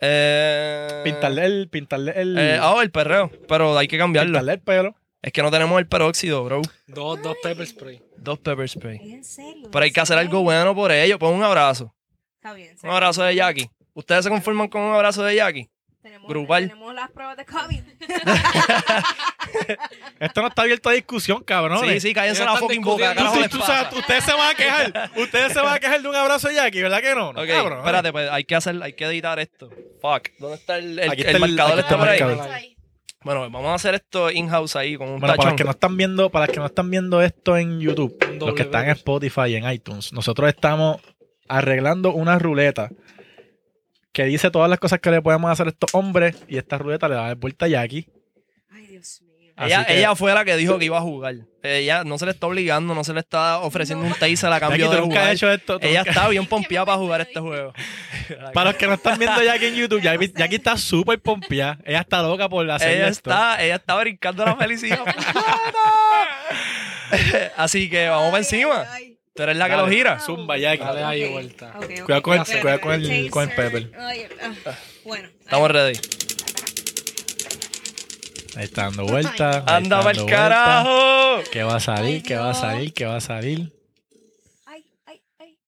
Speaker 1: Eh,
Speaker 2: Pintarle el... Pintarle el...
Speaker 1: eh, ah, el perreo, pero hay que cambiarlo.
Speaker 2: pintarle el pelo.
Speaker 1: Es que no tenemos el peróxido, bro.
Speaker 4: Dos, dos pepper spray.
Speaker 1: Dos pepper spray.
Speaker 3: ¿En serio?
Speaker 1: Pero hay que hacer
Speaker 3: ¿En
Speaker 1: algo
Speaker 3: serio?
Speaker 1: bueno por ello. Pon un abrazo.
Speaker 3: Está bien. está
Speaker 1: Un
Speaker 3: bien.
Speaker 1: abrazo de Jackie. ¿Ustedes se conforman con un abrazo de Jackie?
Speaker 3: Tenemos,
Speaker 1: grupal.
Speaker 3: tenemos las pruebas de COVID.
Speaker 2: Esto no está abierto a discusión, cabrón.
Speaker 1: sí, sí, cállense
Speaker 4: Ellos
Speaker 1: la
Speaker 4: están
Speaker 1: fucking boca. carajo
Speaker 4: discutiendo. Tú sí,
Speaker 1: les
Speaker 4: tú
Speaker 1: pasa?
Speaker 4: sabes,
Speaker 2: ustedes se van a quejar. Ustedes se van a quejar de un abrazo de Jackie, ¿verdad que no?
Speaker 1: Ok, espérate, pues hay que hacer, hay que editar esto. Fuck. ¿Dónde está el, el-
Speaker 2: Aquí
Speaker 1: el
Speaker 2: está el-
Speaker 1: marcador?
Speaker 2: aquí
Speaker 1: Está
Speaker 2: está el
Speaker 1: por ahí.
Speaker 2: marcador.
Speaker 1: Bueno, pues, vamos a hacer esto in-house ahí con un
Speaker 2: Bueno, para
Speaker 1: tachón.
Speaker 2: los que no están viendo, para los que no están viendo esto en YouTube,
Speaker 4: Un
Speaker 2: los
Speaker 4: doble
Speaker 2: que están en
Speaker 4: beso.
Speaker 2: Spotify y en iTunes, nosotros estamos arreglando una ruleta que dice todas las cosas que le podemos hacer a estos hombres y esta ruleta le va a dar vuelta a Jackie.
Speaker 3: Ay, Dios mío.
Speaker 2: así
Speaker 1: ella,
Speaker 2: que-
Speaker 1: ella fue la que dijo que iba a jugar. Ella no se le está obligando, no se le está ofreciendo un taser a
Speaker 2: Jackie,
Speaker 1: cambio
Speaker 2: tú
Speaker 1: de
Speaker 2: nunca has
Speaker 1: jugar.
Speaker 2: hecho esto. tú
Speaker 1: Ella
Speaker 2: nunca-
Speaker 1: está bien pompeada para jugar este juego.
Speaker 2: Para los que no están viendo a Jackie en YouTube, Jackie, Jackie está súper pompeada. Ella está loca por hacer
Speaker 1: ella
Speaker 2: esto.
Speaker 1: está, ella está brincando la felicidad. Así que vamos para
Speaker 3: Ay,
Speaker 1: encima.
Speaker 3: ay,
Speaker 1: Tú eres la que
Speaker 2: Dale.
Speaker 1: lo gira.
Speaker 2: Zumba, Jackie.
Speaker 4: Dale
Speaker 3: ay.
Speaker 4: ahí
Speaker 3: Ok,
Speaker 4: vuelta.
Speaker 3: ok, ok.
Speaker 2: Cuidado con el-
Speaker 3: Espérate,
Speaker 2: cuidado con el- con el
Speaker 3: taser.
Speaker 2: pepper.
Speaker 3: Ay, ah, bueno.
Speaker 1: Estamos ready.
Speaker 2: Ahí está dando vuelta. ahí
Speaker 1: Anda
Speaker 2: está dando
Speaker 1: para el
Speaker 2: vuelta.
Speaker 1: carajo.
Speaker 2: ¿Qué va a salir? ¿Qué va a
Speaker 3: Dios.
Speaker 2: salir? ¿Qué va a salir?
Speaker 3: Ay, ay, ay.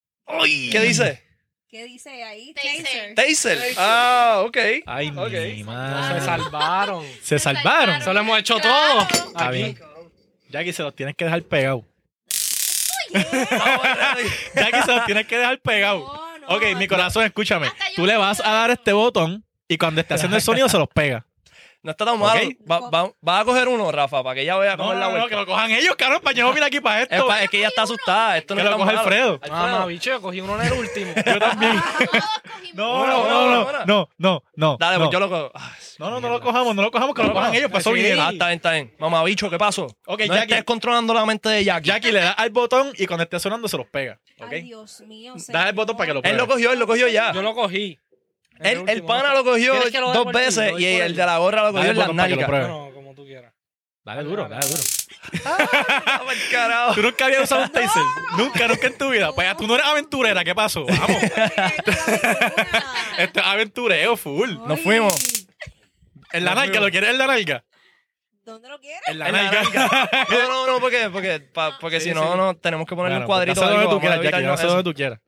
Speaker 1: ¿Qué dice?
Speaker 3: ¿Qué dice ahí? Taser.
Speaker 5: Taser.
Speaker 1: Taser. Ah, ok.
Speaker 2: Ay, mi
Speaker 1: Ok.
Speaker 4: Se
Speaker 2: madre.
Speaker 4: salvaron.
Speaker 2: Se salvaron.
Speaker 4: Ah. Eso lo hemos hecho
Speaker 5: Claro.
Speaker 4: todo.
Speaker 2: Está
Speaker 4: Aquí.
Speaker 2: bien. Jackie, se los tienes que dejar pegados.
Speaker 1: Estamos ready.
Speaker 2: Jackie, se los tienes que dejar pegados.
Speaker 5: No, no.
Speaker 2: Ok, mi corazón, escúchame.
Speaker 5: Hasta yo
Speaker 2: Tú le vas a dar este botón y cuando esté haciendo el sonido se los pega.
Speaker 1: No está tan malo.
Speaker 2: Ok.
Speaker 1: Va, va- va a coger uno, Rafa, para que ella vea cómo es la vuelta.
Speaker 2: que lo cojan ellos, cabrón, para yo no vine aquí para
Speaker 1: Es, pa- es que ella está asustada. Esto no es
Speaker 2: Que lo
Speaker 1: tan
Speaker 2: coja
Speaker 1: malo.
Speaker 2: Alfredo.
Speaker 4: Mamá, bicho, yo cogí uno en el último.
Speaker 2: Yo también.
Speaker 5: Todos cogimos.
Speaker 2: No, no, no, no, no, no, no.
Speaker 1: Dale,
Speaker 2: no.
Speaker 1: pues yo lo cojo. Ah,
Speaker 2: No, no, no lo cojamos, no lo cojamos, que lo cojan ellos, pasó
Speaker 4: Sí.
Speaker 2: bien.
Speaker 1: ah, está bien, está bien. Mamabicho, ¿qué pasó?
Speaker 2: Ok,
Speaker 1: no
Speaker 2: Jackie.
Speaker 1: estés controlando la mente de Jackie.
Speaker 2: Jackie le da al botón y cuando esté sonando se los pega. ¿Ok?
Speaker 3: Ay, Dios mío.
Speaker 2: Dale el botón para que lo
Speaker 1: Él lo cogió, él lo cogió ya.
Speaker 4: Yo lo cogí. En
Speaker 1: El, el
Speaker 4: último,
Speaker 1: pana
Speaker 4: ¿no?
Speaker 1: lo cogió
Speaker 4: ¿Quieres que lo dé
Speaker 1: dos
Speaker 4: por ti?
Speaker 1: veces
Speaker 4: Lo doy
Speaker 1: y
Speaker 4: por
Speaker 1: el
Speaker 4: él.
Speaker 1: de la gorra lo
Speaker 2: Dale
Speaker 1: cogió en
Speaker 2: el
Speaker 1: las
Speaker 2: botón para que lo
Speaker 1: nalgas.
Speaker 2: pruebe.
Speaker 4: Bueno, como tú quieras.
Speaker 2: Dale duro, dale duro.
Speaker 1: Ah, por carajo.
Speaker 2: Tú nunca habías usado un taser. Nunca, nunca en tu vida. Pues tú no eres aventurera, ¿qué pasó? Vamos. Esto es aventureo full.
Speaker 1: Nos fuimos.
Speaker 2: En la
Speaker 1: Nos
Speaker 2: nalga, ¿lo
Speaker 1: fuimos.
Speaker 2: quieres en la nalga?
Speaker 3: ¿Dónde lo quieres?
Speaker 2: En
Speaker 1: En la nalga. No, no, no, porque, porque, pa- porque
Speaker 2: Sí,
Speaker 1: si no,
Speaker 2: sí.
Speaker 1: no, tenemos que ponerle
Speaker 2: Bueno,
Speaker 1: un cuadrito.
Speaker 2: pues, hazlo
Speaker 1: o algo,
Speaker 2: donde tú
Speaker 1: vamos a
Speaker 2: quieras, Jackie.
Speaker 1: evitarnos
Speaker 2: hazlo
Speaker 1: eso.
Speaker 2: donde tú quieras.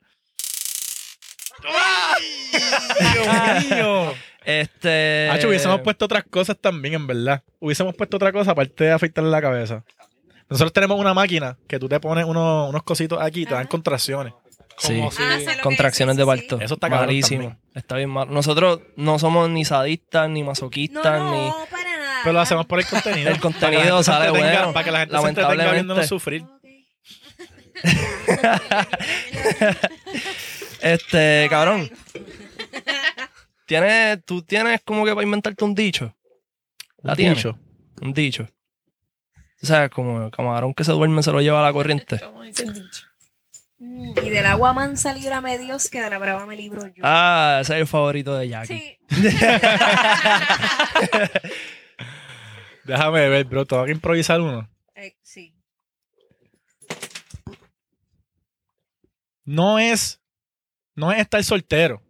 Speaker 2: ¡Ay, Dios mío!
Speaker 1: Este.
Speaker 2: Hacho, hubiésemos puesto otras cosas también, en verdad. Hubiésemos puesto otra cosa aparte de afeitarle la cabeza. Nosotros tenemos una máquina que tú te pones unos, unos cositos aquí y te dan
Speaker 3: Ajá.
Speaker 2: contracciones.
Speaker 1: Sí.
Speaker 4: Como si-
Speaker 3: Ah, se lo-
Speaker 1: Contracciones de
Speaker 3: Sí, sí, sí.
Speaker 1: parto.
Speaker 2: Eso está cabrón
Speaker 1: Malísimo.
Speaker 2: también.
Speaker 1: Está bien mal. Nosotros no somos ni sadistas, ni
Speaker 3: No,
Speaker 1: masoquistas, ni.
Speaker 3: no, para nada.
Speaker 2: Pero lo hacemos por el contenido.
Speaker 1: El
Speaker 2: Para que la
Speaker 1: contenido
Speaker 2: gente se
Speaker 1: sale
Speaker 2: entretenga-
Speaker 1: bueno.
Speaker 2: Para que la gente se entretenga
Speaker 1: Lamentablemente.
Speaker 2: viéndonos sufrir.
Speaker 3: Ok.
Speaker 2: Eh,
Speaker 1: Este, cabrón. ¿Tienes, tú tienes como que para inventarte un dicho. La tienes.
Speaker 2: Mucho.
Speaker 1: Un dicho. O sea, como camarón que se duerme se lo lleva a la corriente.
Speaker 5: Como dice el dicho.
Speaker 3: Y del agua mansa líbrame Dios, que de la brava me libro yo.
Speaker 1: Ah, ese es el favorito de Jackie.
Speaker 3: sí.
Speaker 2: Déjame ver, bro. Tengo que improvisar uno.
Speaker 3: eh, sí.
Speaker 2: No es. No es estar soltero.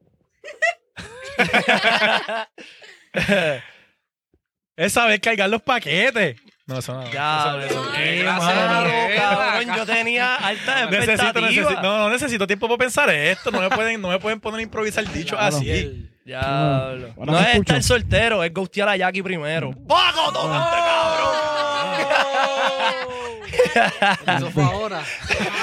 Speaker 2: es saber cargar los paquetes. No, eso no.
Speaker 1: Ya,
Speaker 2: eso no,
Speaker 1: bro.
Speaker 2: eso no.
Speaker 1: Qué
Speaker 2: Eh,
Speaker 1: malo,
Speaker 2: mano.
Speaker 1: cabrón. Yo tenía altas
Speaker 2: Necesito, necesito,
Speaker 1: expectativas.
Speaker 2: no, no necesito tiempo para pensar esto. No me pueden, no me pueden poner a improvisar dicho
Speaker 6: Claro.
Speaker 2: así.
Speaker 1: Diablo.
Speaker 6: Ahora
Speaker 1: No
Speaker 6: me
Speaker 1: es
Speaker 6: escucho.
Speaker 1: estar soltero, es ghostear a Jackie primero. ¡Vago, tocante,
Speaker 4: Eso fue ahora.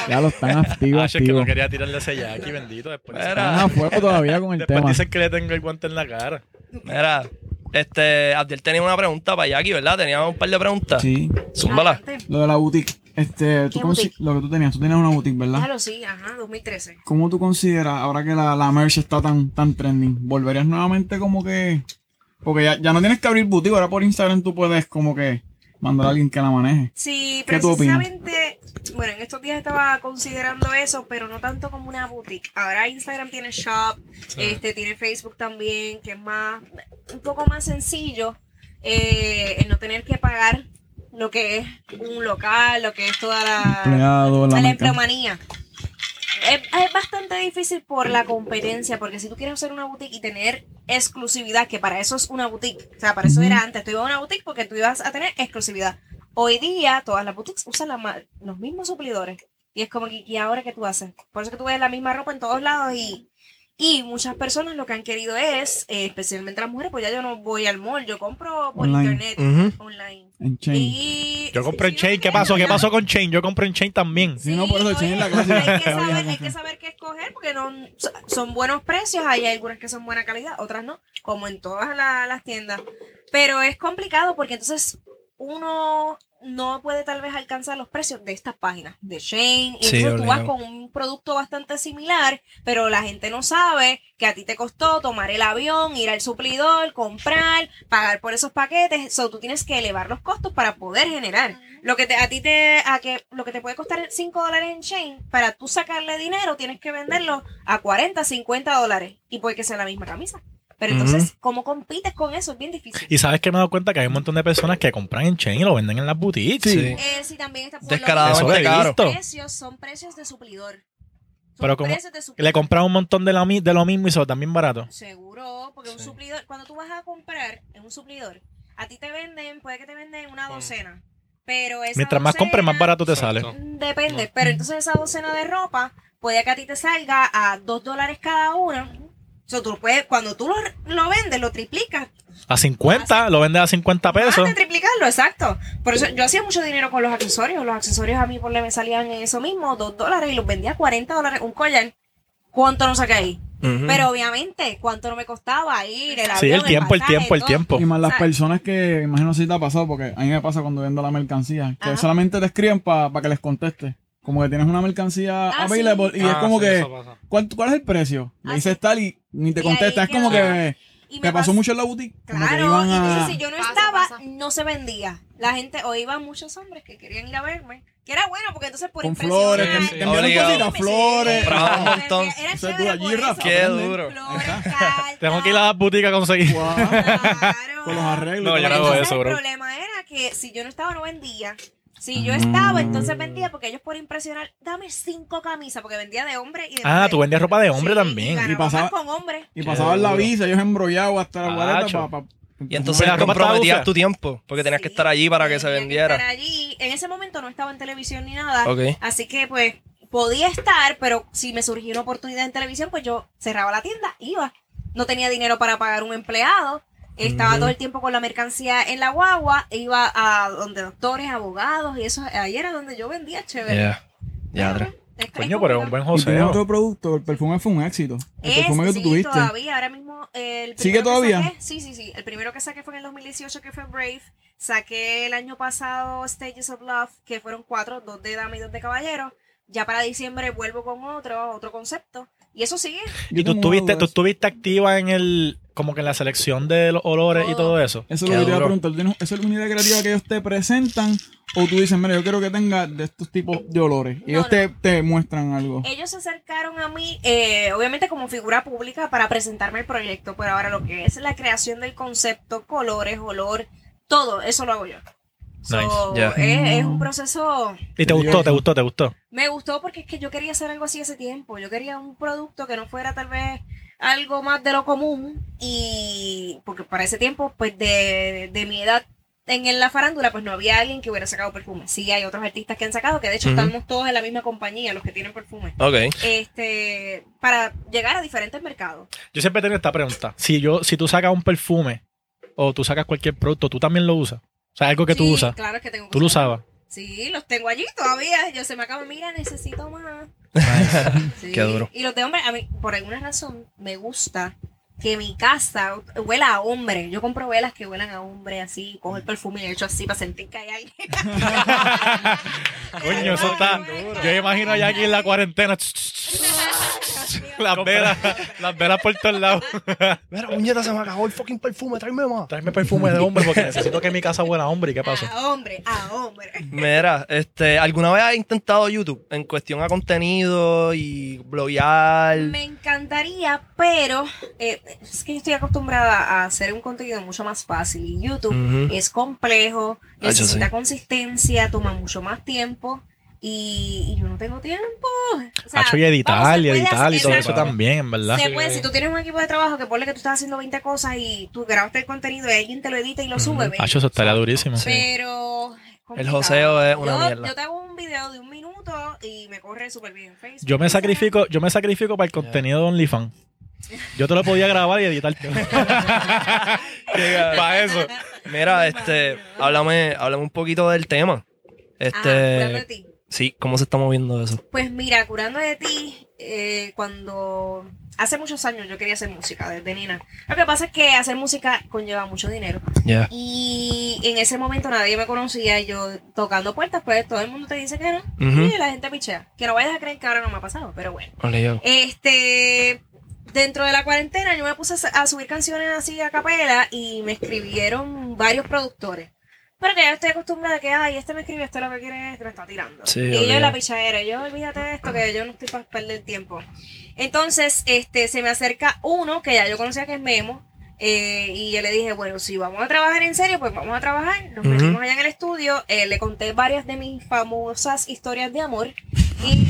Speaker 6: Ya lo están activos,
Speaker 2: Ah, es que
Speaker 6: activos.
Speaker 2: no quería tirarle ese Jackie, bendito. Después, dicen-
Speaker 1: Era-
Speaker 6: Están a fuego todavía con el
Speaker 2: después
Speaker 6: tema.
Speaker 2: dicen que le tengo el guante en la cara.
Speaker 1: cabrón! Mira, este, Abdel tenía una pregunta para Jackie, ¿verdad? Teníamos un par de preguntas.
Speaker 6: Sí.
Speaker 1: Zúmbala.
Speaker 3: Adelante.
Speaker 6: Lo de la boutique. Este, tú
Speaker 3: ¿Qué
Speaker 6: consi-
Speaker 3: boutique?
Speaker 6: Lo que tú tenías, tú tenías una boutique,
Speaker 2: Ah.
Speaker 6: ¿verdad?
Speaker 3: Claro, sí, ajá, 2013.
Speaker 6: ¿Cómo tú consideras, ahora que la, la merch está tan, tan trending, volverías nuevamente como que... Porque ya, ya no tienes que abrir boutique, ahora por Instagram tú puedes como que mandar a alguien que la maneje.
Speaker 3: Sí,
Speaker 6: ¿Qué tú opinas?
Speaker 3: precisamente, bueno, en estos días estaba considerando eso, pero no tanto como una boutique. Ahora Instagram tiene shop, este tiene Facebook también, que es más, un poco más sencillo eh, el no tener que pagar lo que es un local, lo que es toda la,
Speaker 6: Empleado, la,
Speaker 3: la,
Speaker 6: merca-
Speaker 3: empleomanía. Es, es bastante difícil por la competencia, porque si tú quieres hacer una boutique y tener exclusividad, que para eso es una boutique, o sea, para eso
Speaker 6: Ujú.
Speaker 3: era antes, tú ibas a una boutique porque tú ibas a tener exclusividad. Hoy día todas las boutiques usan la ma- los mismos suplidores y es como que ¿y ahora qué tú haces? Por eso que tú ves la misma ropa en todos lados y, y muchas personas lo que han querido es, eh, especialmente las mujeres, pues ya yo no voy al mall, yo compro por
Speaker 6: Online.
Speaker 3: internet,
Speaker 1: Ujú.
Speaker 3: online.
Speaker 6: en chain.
Speaker 3: Y-
Speaker 2: Yo compré
Speaker 3: sí,
Speaker 2: en Chain.
Speaker 3: no
Speaker 2: ¿Qué
Speaker 3: creo,
Speaker 2: pasó? ¿Qué
Speaker 3: ¿verdad?
Speaker 2: pasó con Chain? Yo compré en Chain también.
Speaker 6: Sí, no, por eso
Speaker 3: oye,
Speaker 6: Chain es la clase.
Speaker 3: Hay que saber, hay que saber qué escoger porque no, so- son buenos precios, hay algunas que son buena calidad, otras no, como en todas la- las tiendas. Pero es complicado porque entonces uno no puede tal vez alcanzar los precios de estas páginas, de Shane, y
Speaker 1: Sí,
Speaker 3: entonces tú vas
Speaker 1: obligado.
Speaker 3: con un producto bastante similar, pero la gente no sabe que a ti te costó tomar el avión, ir al suplidor, comprar, pagar por esos paquetes, so, tú tienes que elevar los costos para poder generar. Lo que te, a ti te, a que, lo que te puede costar 5 dólares en Shane, para tú sacarle dinero tienes que venderlo a 40, 50 dólares y puede que sea la misma camisa. Pero entonces, ¿cómo compites con eso? Es bien difícil.
Speaker 2: Y sabes que me he dado cuenta que hay un montón de personas que compran en Chain y lo venden en las boutiques.
Speaker 1: Sí.
Speaker 3: Eh, sí, también está por
Speaker 1: Descaradamente
Speaker 2: Eso lo he
Speaker 1: caro.
Speaker 2: visto.
Speaker 3: Los precios son precios de suplidor. Son
Speaker 2: Pero como-
Speaker 3: precios de
Speaker 2: Le
Speaker 3: suplidor.
Speaker 2: compran un montón de, la mi- de lo mismo y se lo dan bien barato.
Speaker 3: Seguro, porque un
Speaker 1: Sí.
Speaker 3: suplidor, cuando tú vas a comprar en un suplidor, a ti te venden, puede que te venden una
Speaker 4: Mm.
Speaker 3: docena. Pero esa
Speaker 2: Mientras más compres, más
Speaker 3: docena-
Speaker 2: barato te
Speaker 4: Exacto.
Speaker 2: sale.
Speaker 3: Depende,
Speaker 4: No.
Speaker 3: pero entonces esa docena de ropa puede que a ti te salga a dos dólares cada una. O sea, tú lo puedes, cuando tú lo, lo vendes, lo triplicas.
Speaker 2: A 50, lo vendes a 50 pesos.
Speaker 3: Antes de triplicarlo, exacto. Por eso yo hacía mucho dinero con los accesorios. Los accesorios a mí por le me salían en eso mismo, dos dólares y los vendía a 40 dólares. Un collar, ¿cuánto no saqué ahí?
Speaker 1: Ujú.
Speaker 4: Ah,
Speaker 3: Pero obviamente, ¿cuánto no me costaba ir? El
Speaker 2: Sí,
Speaker 3: avión,
Speaker 2: el tiempo, el
Speaker 3: pasaje,
Speaker 2: tiempo, el
Speaker 3: todo?
Speaker 2: tiempo.
Speaker 6: Y más las
Speaker 3: O sea-
Speaker 6: personas que, imagino si te ha pasado, porque a mí me pasa cuando vendo la mercancía, que
Speaker 3: Ajá.
Speaker 6: solamente te escriben para que les conteste. Como que tienes una mercancía
Speaker 3: Ah, sí.
Speaker 6: available y es
Speaker 4: Ah,
Speaker 6: como
Speaker 4: sí,
Speaker 6: que,
Speaker 4: eso pasa.
Speaker 6: ¿cuál, ¿cuál es el precio? Le
Speaker 3: Ah,
Speaker 6: dices
Speaker 3: sí.
Speaker 6: tal y ni te
Speaker 3: Y ahí
Speaker 6: contesta. Es como
Speaker 3: queda.
Speaker 6: que
Speaker 3: Y
Speaker 6: te
Speaker 3: me
Speaker 6: pasó
Speaker 3: pas-
Speaker 6: mucho en la boutique. Como que
Speaker 3: Claro,
Speaker 6: iban
Speaker 3: y
Speaker 6: a...
Speaker 3: entonces si yo no
Speaker 5: Pasa,
Speaker 3: estaba,
Speaker 5: pasa.
Speaker 3: no se vendía. La gente, o iban muchos hombres que querían ir a verme, que era bueno, porque entonces por ah,
Speaker 6: con
Speaker 3: impresionar-
Speaker 6: flores, te, te
Speaker 4: Sí.
Speaker 6: enviaron
Speaker 1: Obligado.
Speaker 6: cositas, flores.
Speaker 1: Compraba un
Speaker 6: Ajá.
Speaker 1: montón.
Speaker 3: Era
Speaker 6: Eso es
Speaker 3: chévere
Speaker 6: duro.
Speaker 3: por
Speaker 6: Allí,
Speaker 3: eso.
Speaker 6: Rafa,
Speaker 1: Qué
Speaker 6: aprende.
Speaker 1: duro.
Speaker 3: Flores, cartas,
Speaker 2: Tengo que ir a las boutiques a conseguir.
Speaker 6: Guau,
Speaker 3: claro.
Speaker 6: Con los arreglos.
Speaker 2: No,
Speaker 6: y
Speaker 2: yo
Speaker 6: todo
Speaker 2: no hago
Speaker 6: eso.
Speaker 3: Entonces,
Speaker 2: eso, bro.
Speaker 3: El problema era que si yo no estaba, no vendía. Si
Speaker 6: Mm.
Speaker 3: yo estaba, entonces vendía, porque ellos por impresionar, dame cinco camisas, porque vendía de hombre y de
Speaker 2: Ah,
Speaker 3: mujer.
Speaker 2: tú vendes ropa de hombre
Speaker 3: Sí, Y,
Speaker 2: también.
Speaker 3: ganaba
Speaker 6: Y pasaba-
Speaker 3: más con hombres.
Speaker 6: Y
Speaker 2: Qué
Speaker 6: pasaban la
Speaker 2: duro.
Speaker 6: visa, ellos embrollados hasta la guareta
Speaker 2: Acho.
Speaker 6: para...
Speaker 1: Y entonces
Speaker 2: Pero la ropa está
Speaker 1: comprometías
Speaker 2: usa.
Speaker 1: tu tiempo, porque tenías que
Speaker 3: Sí,
Speaker 1: estar allí para que se
Speaker 3: tenía
Speaker 1: vendiera.
Speaker 3: estar allí. En ese momento no estaba en televisión ni nada.
Speaker 1: Ok.
Speaker 3: Así que pues podía estar, pero si me surgía una oportunidad en televisión, pues yo cerraba la tienda, iba. No tenía dinero para pagar un empleado. Estaba
Speaker 1: Ujú.
Speaker 3: todo el tiempo con la mercancía en la guagua, iba a donde doctores, abogados y eso. Ahí era donde yo vendía, chévere.
Speaker 1: Ya.
Speaker 3: Pero,
Speaker 1: Yadra.
Speaker 3: es- es
Speaker 2: Coño, pero es un
Speaker 3: complicado.
Speaker 2: buen
Speaker 6: Y
Speaker 2: joseo.
Speaker 6: tiene otro producto, el perfume fue un éxito. El
Speaker 3: Es,
Speaker 6: perfume que tú
Speaker 3: Este, sí,
Speaker 6: tuviste.
Speaker 3: todavía, ahora mismo. eh, El
Speaker 6: ¿Sigue
Speaker 3: primero que
Speaker 6: todavía?
Speaker 3: saqué- sí, sí, sí. El primero que saqué fue en el 2018, que fue Brave. Saqué el año pasado Stages of Love, que fueron cuatro, dos de dama y dos de caballero. Ya para diciembre vuelvo con otro, otro concepto. Y Y eso sigue.
Speaker 2: ¿Y tú estuviste, tú estuviste activa en el, como que en la selección de los olores y
Speaker 5: Oh.
Speaker 2: todo eso?
Speaker 6: Eso es
Speaker 1: Qué
Speaker 6: lo que te iba a
Speaker 1: duro.
Speaker 6: preguntar. ¿tienes- ¿Esa es la unidad creativa que ellos te presentan? O tú dices, mira, yo quiero que tenga de estos tipos de olores. Y ellos
Speaker 3: No, Eh,
Speaker 6: Te, te muestran algo.
Speaker 3: Ellos se acercaron a mí, eh, obviamente como figura pública, para presentarme el proyecto, pero ahora lo que es la creación del concepto, colores, olor, todo, eso lo hago yo. So,
Speaker 1: Nice. Yeah.
Speaker 3: es, es un proceso...
Speaker 2: ¿Y te
Speaker 6: Yo
Speaker 2: gustó,
Speaker 6: digo-
Speaker 2: te gustó, te gustó?
Speaker 3: Me gustó porque es que yo quería hacer algo así hace tiempo. Yo quería un producto que no fuera tal vez algo más de lo común y porque para ese tiempo, pues de, de mi edad en, en la farándula, pues no había alguien que hubiera sacado perfume. Sí, hay otros artistas que han sacado, que de hecho
Speaker 1: Ujú.
Speaker 3: estamos todos en la misma compañía, los que tienen perfume.
Speaker 1: Ok.
Speaker 3: Este, para llegar a diferentes mercados.
Speaker 2: Yo siempre tengo esta pregunta. Si yo, si tú sacas un perfume o tú sacas cualquier producto, ¿tú también lo usas? O sea, algo que tú
Speaker 3: Sí,
Speaker 2: usas.
Speaker 3: Claro es que tengo
Speaker 2: ¿Tú lo
Speaker 3: cosas.
Speaker 2: usabas?
Speaker 3: Sí, los tengo allí todavía. Yo se me acaba, mira, necesito más. Sí.
Speaker 1: Qué duro.
Speaker 3: Y los de hombre, a mí, por alguna razón, me gusta que mi casa huela a hombre. Yo compro velas que huelan a hombre, así, cojo el perfume y le echo así para sentir que hay alguien.
Speaker 2: Coño, eso está. Yo imagino ya aquí en la cuarentena. Las velas, las velas por todos lados.
Speaker 1: Mira, muñeca, se me acabó el fucking perfume, tráeme más.
Speaker 2: Tráeme perfume de hombre porque necesito que mi casa huela a hombre. ¿Y qué pasó?
Speaker 3: A hombre, a hombre.
Speaker 1: Mira, este, ¿alguna vez has intentado YouTube en cuestión a contenido y bloguear?
Speaker 3: Me encantaría, pero eh, es que yo estoy acostumbrada a hacer un contenido mucho más fácil. Y YouTube
Speaker 1: Ujú.
Speaker 3: es complejo,
Speaker 2: Ah,
Speaker 1: yo
Speaker 3: necesita
Speaker 1: sí.
Speaker 3: consistencia, toma mucho más tiempo. Y, y yo no tengo tiempo. O sea,
Speaker 2: Hacho y editar
Speaker 3: vamos, se
Speaker 2: y
Speaker 3: puede
Speaker 2: editar y
Speaker 3: hacer-
Speaker 2: todo
Speaker 3: exacto.
Speaker 2: eso también, en verdad.
Speaker 3: Se puede, si tú tienes un equipo de trabajo que ponle que tú estás haciendo 20 cosas y tú grabaste el contenido y alguien te lo edita y lo sube, ¿ves?
Speaker 2: Hacho, eso estaría durísimo.
Speaker 3: pero
Speaker 1: El joseo es una
Speaker 3: yo,
Speaker 1: mierda.
Speaker 3: Yo te hago un video de un minuto y me corre súper bien en Facebook.
Speaker 2: Yo me
Speaker 3: Instagram.
Speaker 2: sacrifico, yo me sacrifico para el contenido de OnlyFans. Yo te lo podía grabar y editar. para eso.
Speaker 1: Mira, este, háblame, háblame un poquito del tema.
Speaker 3: Ajá, hablando de
Speaker 1: Este,
Speaker 3: ti.
Speaker 1: sí, ¿cómo se está moviendo eso?
Speaker 3: Pues mira, curando de ti, eh, cuando hace muchos años yo quería hacer música desde nena. Lo que pasa es que hacer música conlleva mucho dinero.
Speaker 1: Ya.
Speaker 3: Y en ese momento nadie me conocía, yo tocando puertas, pues todo el mundo te dice que no.
Speaker 1: Ujú.
Speaker 3: Y la gente pichea. Que no vayas a creer que ahora no me ha pasado, pero bueno.
Speaker 1: Ole, yo.
Speaker 3: Este, dentro de la cuarentena yo me puse a sa- a subir canciones así a capela y me escribieron varios productores. Pero que ya estoy acostumbrada a que, ay, este me escribe, esto es lo que quiere, este me está tirando.
Speaker 1: Sí,
Speaker 3: y yo
Speaker 1: olvídate.
Speaker 3: en la pichadera, yo olvídate de esto, que yo no estoy para perder tiempo. Entonces, este, se me acerca uno que ya yo conocía que es Memo. eh, y yo le dije, bueno, si vamos a trabajar en serio, pues vamos a trabajar. Nos
Speaker 1: Ujú.
Speaker 3: metimos allá en el estudio. eh, le conté varias de mis famosas historias de amor. Y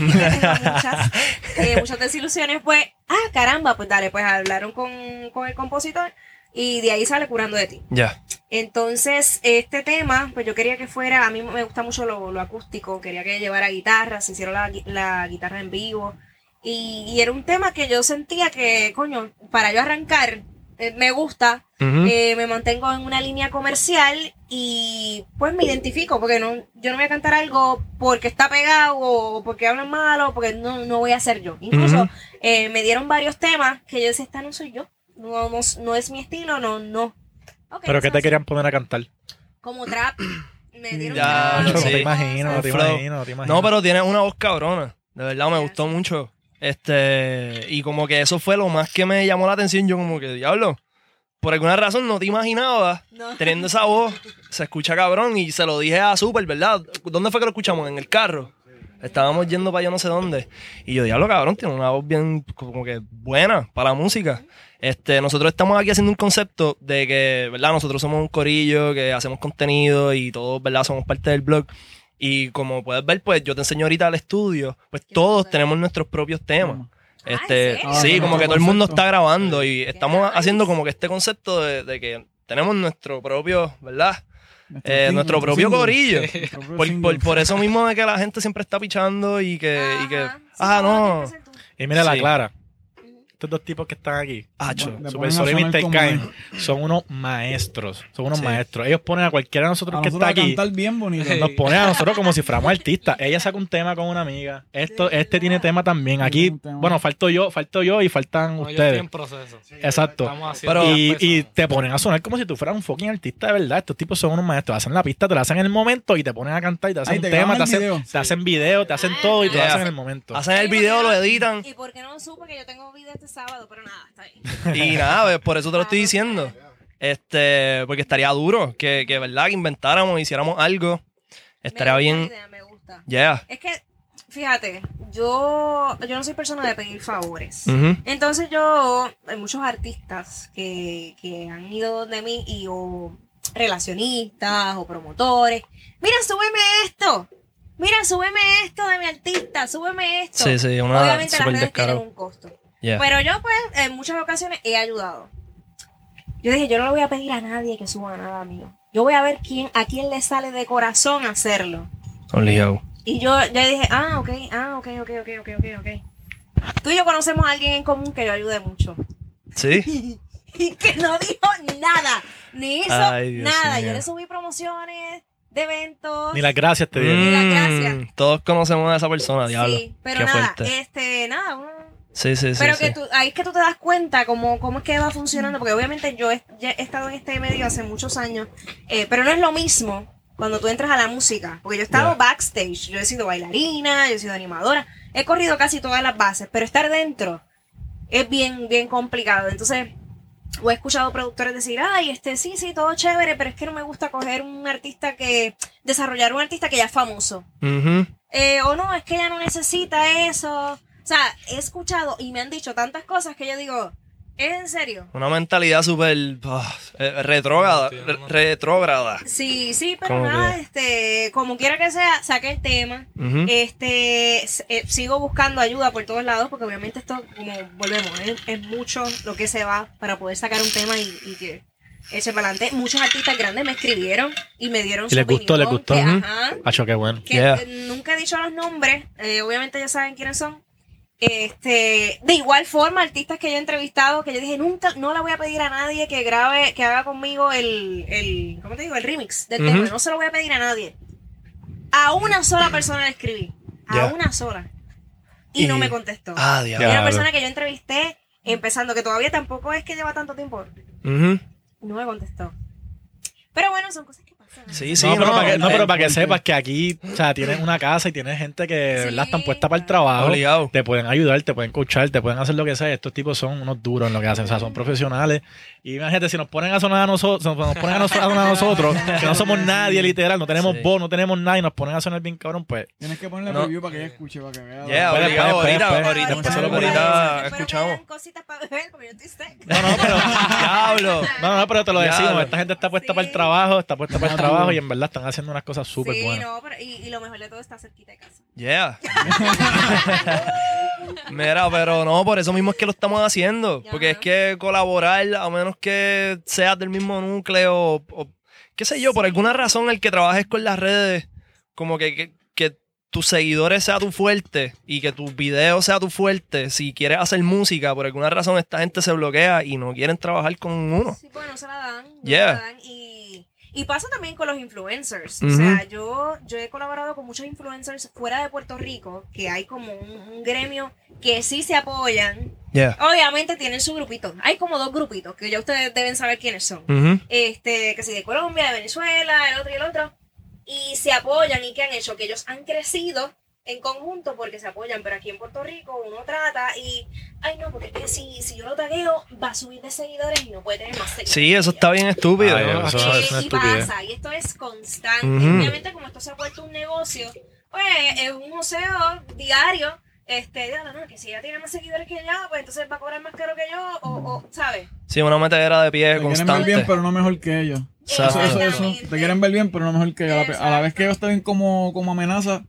Speaker 3: muchas, eh, muchas desilusiones, pues, ah, caramba, pues dale, pues hablaron con, con el compositor y de ahí sale curando de ti.
Speaker 1: Ya.
Speaker 3: Entonces, este tema, pues yo quería que fuera, a mí me gusta mucho lo, lo acústico, quería que llevara guitarra, se hicieron la, gui- la guitarra en vivo. Y, y era un tema que yo sentía que, coño, para yo arrancar, eh, me gusta,
Speaker 1: Ujú.
Speaker 3: eh, me mantengo en una línea comercial y pues me identifico porque no, yo no voy a cantar algo porque está pegado o porque hablan mal o porque no, no voy a ser yo. Incluso
Speaker 1: Ujú.
Speaker 3: eh, me dieron varios temas que yo decía, esta no soy yo, no, no, no es mi estilo, no, no. Ok,
Speaker 2: Pero ¿qué
Speaker 3: eso
Speaker 2: te
Speaker 3: es
Speaker 2: querían poner a cantar?
Speaker 3: Como trap, me dieron
Speaker 1: Ya,
Speaker 3: trap,
Speaker 2: Hacho, no
Speaker 1: sí.
Speaker 2: te
Speaker 3: cosas.
Speaker 2: imagino, no te
Speaker 1: El flow.
Speaker 2: imagino, no te imagino.
Speaker 1: No, pero tienes una voz cabrona. De verdad, me
Speaker 3: Gracias.
Speaker 1: gustó mucho. Este, y como que eso fue lo más que me llamó la atención. Yo como que, diablo, por alguna razón no te imaginaba
Speaker 3: No.
Speaker 1: teniendo esa voz. Se escucha cabrón y se lo dije a Super, ¿verdad? ¿Dónde fue que lo escuchamos? En el carro. Estábamos yendo para yo no sé dónde. Y yo, diablo, cabrón, tiene una voz bien, como que buena para la música. Este, nosotros estamos aquí haciendo un concepto de que, ¿verdad? Nosotros somos un corillo, que hacemos contenido y todos, ¿verdad? Somos parte del blog. Y como puedes ver, pues yo te enseño ahorita al estudio, pues
Speaker 3: Qué
Speaker 1: todos
Speaker 3: brutal.
Speaker 1: tenemos nuestros propios temas.
Speaker 3: Ah, ¿en
Speaker 1: Este,
Speaker 3: serio?
Speaker 1: sí,
Speaker 6: Ah,
Speaker 1: como que
Speaker 6: nuestro
Speaker 1: todo el mundo
Speaker 6: concepto.
Speaker 1: está grabando y estamos
Speaker 3: nice.
Speaker 1: haciendo como que este concepto de, de que tenemos nuestro propio, ¿verdad? Eh,
Speaker 6: single,
Speaker 1: nuestro propio
Speaker 6: single.
Speaker 1: corillo.
Speaker 6: Nuestro propio
Speaker 1: Por,
Speaker 6: single.
Speaker 1: por, por eso mismo de que la gente siempre está pichando Eh, y que, y que
Speaker 3: Ajá, sí,
Speaker 1: ah,
Speaker 3: no,
Speaker 1: no,
Speaker 3: tienes que ser tú.
Speaker 2: Y mira la
Speaker 1: Sí.
Speaker 2: Clara. estos dos tipos que están aquí,
Speaker 4: Ah,
Speaker 1: Acho.
Speaker 6: Le ponen a
Speaker 2: Supersol y
Speaker 6: sonar
Speaker 2: Mr.
Speaker 6: como
Speaker 2: Kane, son unos maestros. Son unos
Speaker 1: Sí.
Speaker 2: maestros. Ellos ponen a cualquiera de nosotros
Speaker 6: A
Speaker 2: que
Speaker 6: nosotros
Speaker 2: está
Speaker 6: a
Speaker 2: aquí.
Speaker 6: cantar bien bonito.
Speaker 4: Sí.
Speaker 2: Nos ponen a nosotros como si fuéramos artistas. Ella saca un tema con una amiga. Esto, este tiene tema también. Aquí,
Speaker 6: Tiene un tema.
Speaker 2: bueno, falto yo, falto yo y faltan
Speaker 4: No, yo estoy
Speaker 2: ustedes.
Speaker 4: en proceso.
Speaker 2: Exacto.
Speaker 4: Estamos haciendo
Speaker 1: Pero-
Speaker 4: las
Speaker 2: y,
Speaker 4: personas.
Speaker 2: y te ponen a sonar como si tú fueras un fucking artista de verdad. Estos tipos son unos maestros. Hacen la pista, te la hacen en el momento y te ponen a cantar y te hacen
Speaker 6: Ahí
Speaker 2: un
Speaker 6: te
Speaker 2: tema, te
Speaker 6: graban el
Speaker 2: hacen,
Speaker 6: video.
Speaker 2: te hacen video, te
Speaker 4: Ah.
Speaker 2: hacen todo y te lo
Speaker 1: Yeah.
Speaker 2: hacen en el momento.
Speaker 1: Hacen el video, lo editan
Speaker 3: ¿Y por qué no supe que yo tengo video este sábado? Pero nada, está bien.
Speaker 1: y nada, pues, por eso te lo estoy diciendo. Este, porque estaría duro que, que verdad, que inventáramos, hiciéramos algo. Estaría
Speaker 3: Me gusta la
Speaker 1: bien.
Speaker 3: idea, me gusta.
Speaker 1: Yeah.
Speaker 3: Es que, fíjate, yo, yo no soy persona de pedir favores.
Speaker 1: Ujú.
Speaker 3: Entonces yo, hay muchos artistas que, que han ido donde mí y o relacionistas o promotores. Mira, súbeme esto. Mira, súbeme esto de mi artista, súbeme esto.
Speaker 1: Sí, sí, una
Speaker 3: Obviamente las
Speaker 1: súper
Speaker 3: redes
Speaker 1: descaro.
Speaker 3: tienen un costo.
Speaker 1: Yeah.
Speaker 3: Pero yo pues en muchas ocasiones he ayudado. Yo dije, yo no le voy a pedir a nadie que suba nada mío. Yo voy a ver quién, a quién le sale de corazón hacerlo.
Speaker 1: Obligado.
Speaker 3: Y yo ya dije, ah, ok, ah, ok, ok, ok, ok, ok, ok. Tú y yo conocemos a alguien en común que yo ayude mucho.
Speaker 1: Sí.
Speaker 3: Y que no dijo nada, ni hizo
Speaker 1: Ay, Dios
Speaker 3: nada.
Speaker 1: mío.
Speaker 3: Yo le subí promociones de eventos.
Speaker 2: Ni las gracias te dieron.
Speaker 3: Mira, gracias.
Speaker 1: Mm, Todos conocemos a esa persona, diablo.
Speaker 3: Sí, pero
Speaker 1: Qué
Speaker 3: nada,
Speaker 1: fuerte.
Speaker 3: este, nada, uno-
Speaker 1: Sí, sí, sí.
Speaker 3: pero
Speaker 1: sí.
Speaker 3: que tú, ahí es que tú te das cuenta cómo, cómo es que va funcionando, porque obviamente yo he, ya he estado en este medio hace muchos años, eh, pero no es lo mismo cuando tú entras a la música, porque yo he estado
Speaker 2: Ya.
Speaker 3: backstage, yo he sido bailarina, yo he sido animadora, he corrido casi todas las bases, pero estar dentro es bien, bien complicado. Entonces, o he escuchado productores decir, ay, este sí, sí, todo chévere, pero es que no me gusta coger un artista que, desarrollar un artista que ya es famoso.
Speaker 1: Ujú.
Speaker 3: Eh, o no, es que ella no necesita eso. O sea, he escuchado y me han dicho tantas cosas que yo digo, ¿es en serio?
Speaker 1: Una mentalidad súper ah, eh, retrógrada.
Speaker 4: Sí,
Speaker 1: re-
Speaker 4: no.
Speaker 1: retrógrada.
Speaker 3: Sí, sí, pero
Speaker 1: ¿Cómo
Speaker 3: nada,
Speaker 1: que?
Speaker 3: este, como quiera que sea, saqué el tema.
Speaker 1: Ujú.
Speaker 3: Este, s- eh, sigo buscando ayuda por todos lados porque obviamente esto, como volvemos, es, es mucho lo que se va para poder sacar un tema y, y que eche para adelante. Muchos artistas grandes me escribieron y me dieron
Speaker 2: Y
Speaker 3: su
Speaker 2: les gustó, les
Speaker 3: opinión,
Speaker 2: gustó,
Speaker 3: que,
Speaker 2: ujú.
Speaker 3: ajá,
Speaker 2: Acho, Ah, qué bueno.
Speaker 3: que
Speaker 1: Yeah.
Speaker 3: eh, nunca he dicho los nombres, eh, obviamente ya saben quiénes son. Este, de igual forma, artistas que yo he entrevistado, que yo dije, nunca, no le voy a pedir a nadie que grabe, que haga conmigo el, el ¿cómo te digo? El remix del tema,
Speaker 1: Ujú.
Speaker 3: no se lo voy a pedir a nadie. A una sola persona le escribí, a
Speaker 2: Ya.
Speaker 3: una sola. Y,
Speaker 1: Y-
Speaker 3: no me contestó.
Speaker 1: Ah,
Speaker 3: Y
Speaker 1: diablo.
Speaker 2: claro.
Speaker 3: era una persona que yo entrevisté, empezando, que todavía tampoco es que lleva tanto tiempo,
Speaker 1: Ujú.
Speaker 3: no me contestó. Pero bueno, son cosas que pasan.
Speaker 1: Sí, sí.
Speaker 2: no, pero para que, no,
Speaker 1: eh,
Speaker 2: pero para que
Speaker 6: porque-
Speaker 2: sepas que aquí, o sea, tienes una casa y tienes gente que de
Speaker 3: Sí.
Speaker 2: verdad están puesta para el trabajo.
Speaker 1: Obligado.
Speaker 2: Te pueden ayudar, te pueden coachar, te pueden hacer lo que sea. Estos tipos son unos duros en lo que hacen. O sea, son profesionales. Y imagínate, si nos ponen a sonar a nosotros, nos ponen a, nos- a sonar a nosotros, que no somos nadie, literal, no tenemos
Speaker 1: Sí.
Speaker 2: voz, no tenemos nada, y nos ponen a sonar bien cabrón, pues.
Speaker 6: Tienes que ponerle
Speaker 1: No.
Speaker 6: review para que ella escuche, para que vea.
Speaker 1: Yeah,
Speaker 2: Puedes,
Speaker 1: obligado.
Speaker 2: puedes,
Speaker 1: ahorita,
Speaker 2: puedes,
Speaker 1: ahorita,
Speaker 3: pues,
Speaker 2: puedes,
Speaker 1: ahorita,
Speaker 2: puedes.
Speaker 1: ahorita
Speaker 3: Espero que
Speaker 1: escuchamos.
Speaker 3: hayan cositas para beber, porque yo estoy seca.
Speaker 2: No, no, pero.
Speaker 1: Diablo.
Speaker 2: No, no, pero te lo decimos.
Speaker 1: Diablo.
Speaker 2: Esta gente está puesta
Speaker 3: Sí.
Speaker 2: para el trabajo, está puesta para el trabajo, y en verdad están haciendo unas cosas súper
Speaker 3: sí,
Speaker 2: buenas.
Speaker 3: no, pero y, y lo mejor de todo está cerquita de casa.
Speaker 1: Yeah. Mira, pero no, por eso mismo es que lo estamos haciendo.
Speaker 3: Ya.
Speaker 1: Porque es que colaborar, a menos que seas del mismo núcleo, o, o qué sé yo, por alguna razón el que trabajes con las redes, como que, que, que tus seguidores sea tu fuerte y que tus videos sea tu fuerte. Si quieres hacer música, por alguna razón esta gente se bloquea y no quieren trabajar con uno.
Speaker 3: Sí, bueno, se la dan. no
Speaker 1: Oh. Yeah.
Speaker 3: se la dan y, y pasa también con los influencers.
Speaker 1: Ujú.
Speaker 3: O sea, yo, yo he colaborado con muchos influencers fuera de Puerto Rico, que hay como un, un gremio que sí se apoyan.
Speaker 1: Yeah.
Speaker 3: Obviamente tienen su grupito. Hay como dos grupitos que ya ustedes deben saber quiénes son.
Speaker 1: Ujú.
Speaker 3: este, que si de Colombia, de Venezuela, el otro y el otro, y se apoyan y que han hecho que ellos han crecido en conjunto porque se apoyan, pero aquí en Puerto Rico uno trata y, ay no, porque es que si, si yo lo tagueo va a subir de seguidores y no puede tener más seguidores.
Speaker 1: Sí, eso está bien estúpido.
Speaker 2: Ay,
Speaker 1: ¿no?
Speaker 2: eso-
Speaker 3: Eh,
Speaker 2: es una
Speaker 3: y
Speaker 2: estupidez.
Speaker 3: pasa, y esto es constante.
Speaker 1: Ujú.
Speaker 3: Obviamente como esto se ha vuelto un negocio, pues es un museo diario, este, diablo, no, que si ella tiene más seguidores que yo, pues entonces va a cobrar más caro que yo, o, o ¿sabes?
Speaker 1: Sí, una metedera de pie
Speaker 6: Te quieren ver bien,
Speaker 1: constante.
Speaker 6: pero no mejor que ellos.
Speaker 1: Exacto.
Speaker 6: Eso, eso, eso.
Speaker 3: Exactamente.
Speaker 6: Te quieren ver bien, pero no mejor que ellos. A la, pe- a la vez que ellos te ven como, como amenaza,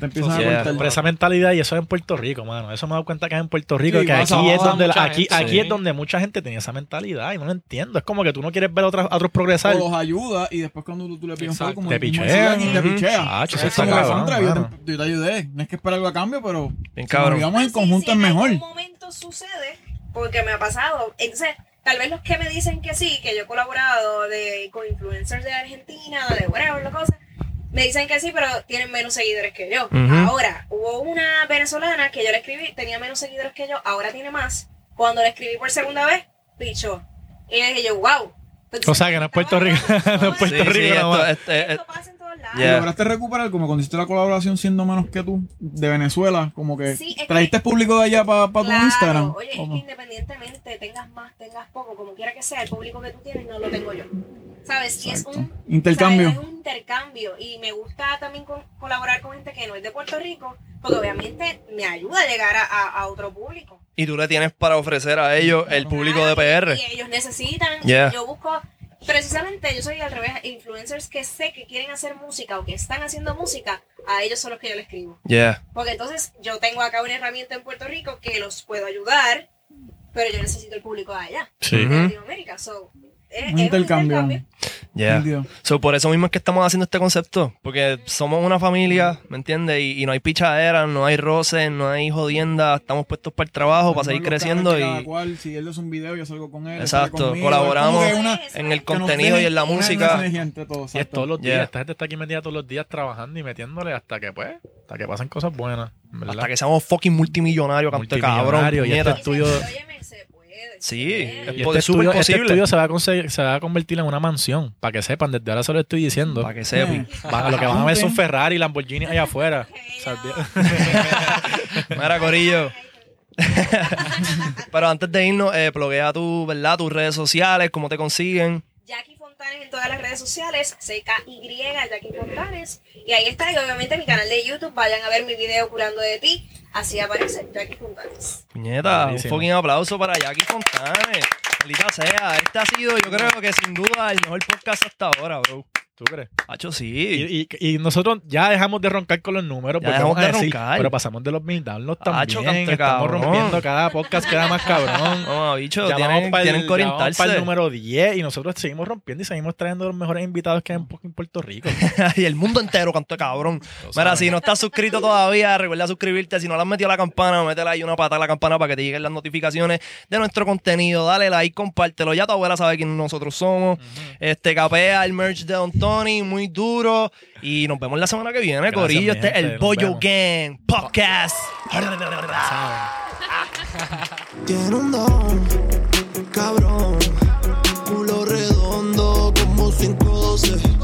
Speaker 6: te empiezan
Speaker 1: Yeah.
Speaker 6: a cortar.
Speaker 2: Pero esa mentalidad y eso es en Puerto Rico, mano. Eso me he dado cuenta que es en Puerto Rico,
Speaker 4: Sí,
Speaker 2: que
Speaker 4: pasa,
Speaker 2: aquí es
Speaker 4: pasa
Speaker 2: donde la-
Speaker 4: mucha
Speaker 2: aquí,
Speaker 4: gente,
Speaker 2: aquí
Speaker 4: sí.
Speaker 2: es donde mucha gente tenía esa mentalidad y no lo entiendo. Es como que tú no quieres ver a otras- a otros progresar.
Speaker 6: O los ayuda y después cuando tú, tú le pides un
Speaker 4: Exacto.
Speaker 6: favor, como
Speaker 2: Te
Speaker 6: el mismo
Speaker 2: pichean,
Speaker 6: ayuda, te
Speaker 1: ujú.
Speaker 6: pichea.
Speaker 2: Ah, eso
Speaker 6: Es
Speaker 2: está
Speaker 6: como
Speaker 2: cabrón,
Speaker 6: Alexandra, yo,
Speaker 2: mano.
Speaker 6: te, yo te ayudé. No es que esperar algo a cambio, pero
Speaker 1: Bien
Speaker 6: si nos
Speaker 1: cabrón.
Speaker 6: ayudamos en
Speaker 3: Entonces,
Speaker 6: conjunto
Speaker 3: Pues si
Speaker 6: es
Speaker 3: En
Speaker 6: mejor.
Speaker 3: algún momento sucede, porque me ha pasado. Entonces, tal vez los que me dicen que sí, que yo he colaborado de, con influencers de Argentina, de whatever, la cosa, me dicen que sí, pero tienen menos seguidores que yo.
Speaker 1: Ujú.
Speaker 3: Ahora, hubo una venezolana que yo le escribí, tenía menos seguidores que yo, ahora tiene más. Cuando le escribí por segunda vez, pichó. Y le dije yo, wow.
Speaker 2: O sea, que no es Puerto Rico, no es Puerto
Speaker 1: Sí, sí,
Speaker 2: Rico
Speaker 1: esto-
Speaker 2: nomás.
Speaker 1: este- eh,
Speaker 3: Esto pasa en todos lados.
Speaker 1: Yeah.
Speaker 6: ¿Lograste recuperar como cuando hiciste la colaboración siendo menos que tú de Venezuela? Como que
Speaker 3: Sí, es que-
Speaker 6: trajiste público de allá para
Speaker 3: Claro,
Speaker 6: tu Instagram.
Speaker 3: Oye, es que
Speaker 6: Como-
Speaker 3: independientemente tengas más, tengas poco, como quiera que sea, el público que tú tienes no lo tengo yo. ¿Sabes? Y es un
Speaker 6: Intercambio.
Speaker 3: ¿sabes? Es un intercambio. Y me gusta también con- colaborar con gente que no es de Puerto Rico, porque obviamente me ayuda a llegar a, a- a otro público.
Speaker 1: y tú le tienes para ofrecer a ellos el público de PR.
Speaker 3: Y ellos necesitan.
Speaker 1: Yeah.
Speaker 3: Yo busco. Precisamente yo soy al revés, influencers que sé que quieren hacer música o que están haciendo música, a ellos son los que yo les escribo.
Speaker 1: Yeah.
Speaker 3: Porque entonces yo tengo acá una herramienta en Puerto Rico que los puedo ayudar, pero yo necesito el público de allá,
Speaker 2: Sí.
Speaker 1: Ujú.
Speaker 3: de Latinoamérica. So, es- es
Speaker 6: Un intercambio.
Speaker 1: Yeah.
Speaker 6: Nítido.
Speaker 1: So, por eso mismo es que estamos haciendo este concepto, porque somos una familia, ¿me entiendes? Y, y no hay pichadera, no hay roces, no hay jodienda, estamos puestos para el trabajo, para seguir
Speaker 6: Los carros
Speaker 1: creciendo
Speaker 6: que cada
Speaker 1: y
Speaker 6: cual, si él hace un video, yo salgo con él. él
Speaker 1: Exacto,
Speaker 6: sale conmigo.
Speaker 1: colaboramos
Speaker 6: Es como que una-
Speaker 1: en el
Speaker 6: que nos
Speaker 1: contenido y en la
Speaker 6: tiene-
Speaker 1: música.
Speaker 6: una sinergia entre todos,
Speaker 2: Y es
Speaker 6: exacto.
Speaker 2: todos los
Speaker 1: Yeah.
Speaker 2: días. Esta gente está aquí metida todos los días trabajando y metiéndole hasta que, pues, hasta que pasen cosas buenas. ¿verdad?
Speaker 1: Hasta que seamos fucking multimillonarios, canto de cabrón,
Speaker 2: Multimillonarios, y
Speaker 1: puñeta.
Speaker 2: esto Tuyo-
Speaker 3: Oye, se puede.
Speaker 1: Sí.
Speaker 3: se
Speaker 2: Y
Speaker 1: Es
Speaker 3: puede.
Speaker 1: po-
Speaker 2: este
Speaker 1: súper
Speaker 2: estudio, este
Speaker 1: posible.
Speaker 2: estudio se va, a conseguir- se va a convertir en una mansión. Para que sepan, desde ahora se lo estoy diciendo.
Speaker 1: Para que sepan.
Speaker 2: Van- lo que van a ver son
Speaker 6: Apunten.
Speaker 2: Ferrari, Lamborghini allá afuera. O sea,
Speaker 1: Mira, Corillo. Pero antes de irnos, eh, pluguea tu, ¿verdad? Tus redes sociales, cómo te consiguen.
Speaker 3: Jackie Fontanes en todas las redes sociales, CKY Jackie Fontanes. Y ahí está, y obviamente mi canal de YouTube, vayan a ver mi video curando de ti. Así aparece Jackie Fontanes.
Speaker 1: Puñeta,
Speaker 2: Buenísimo.
Speaker 1: un fucking aplauso para Jackie Fontanes. Maldita sea, este ha sido, yo creo que sin duda, el mejor podcast hasta ahora, bro.
Speaker 2: ¿Tú crees?
Speaker 1: Hacho,
Speaker 2: Y,
Speaker 1: sí.
Speaker 2: y- y nosotros ya dejamos de roncar con los números.
Speaker 1: Ya
Speaker 2: porque vamos
Speaker 1: dejamos de
Speaker 2: a decir,
Speaker 1: roncar.
Speaker 2: Pero pasamos de los mil downloads
Speaker 1: Ah,
Speaker 2: también.
Speaker 1: chocante,
Speaker 2: Estamos
Speaker 1: cabrón.
Speaker 2: rompiendo cada podcast, queda más cabrón.
Speaker 1: Vamos, bicho,
Speaker 2: Ya vamos
Speaker 1: tienen,
Speaker 2: pa'l-
Speaker 1: tienen que
Speaker 2: ya vamos
Speaker 1: orientarse.
Speaker 2: pa'l número 10 y nosotros seguimos rompiendo y seguimos trayendo los mejores invitados que hay en Pu- en Puerto Rico.
Speaker 1: y el mundo entero, canto de cabrón. Mira, si no estás suscrito todavía, recuerda suscribirte. Si no le has metido la campana, métela ahí una pata a la campana para que te lleguen las notificaciones de nuestro contenido. Dale like, compártelo. Ya tu abuela sabe quién nosotros somos. Este capea el merch de Don Tony, muy duro. Y nos vemos la semana que viene,
Speaker 2: Gracias,
Speaker 1: Corillo.
Speaker 2: mi
Speaker 1: Este es
Speaker 2: gente,
Speaker 1: el
Speaker 2: nos
Speaker 1: Bollo
Speaker 2: vemos.
Speaker 1: Gang Podcast.
Speaker 7: Tiene un don, cabrón. Culo redondo como 512.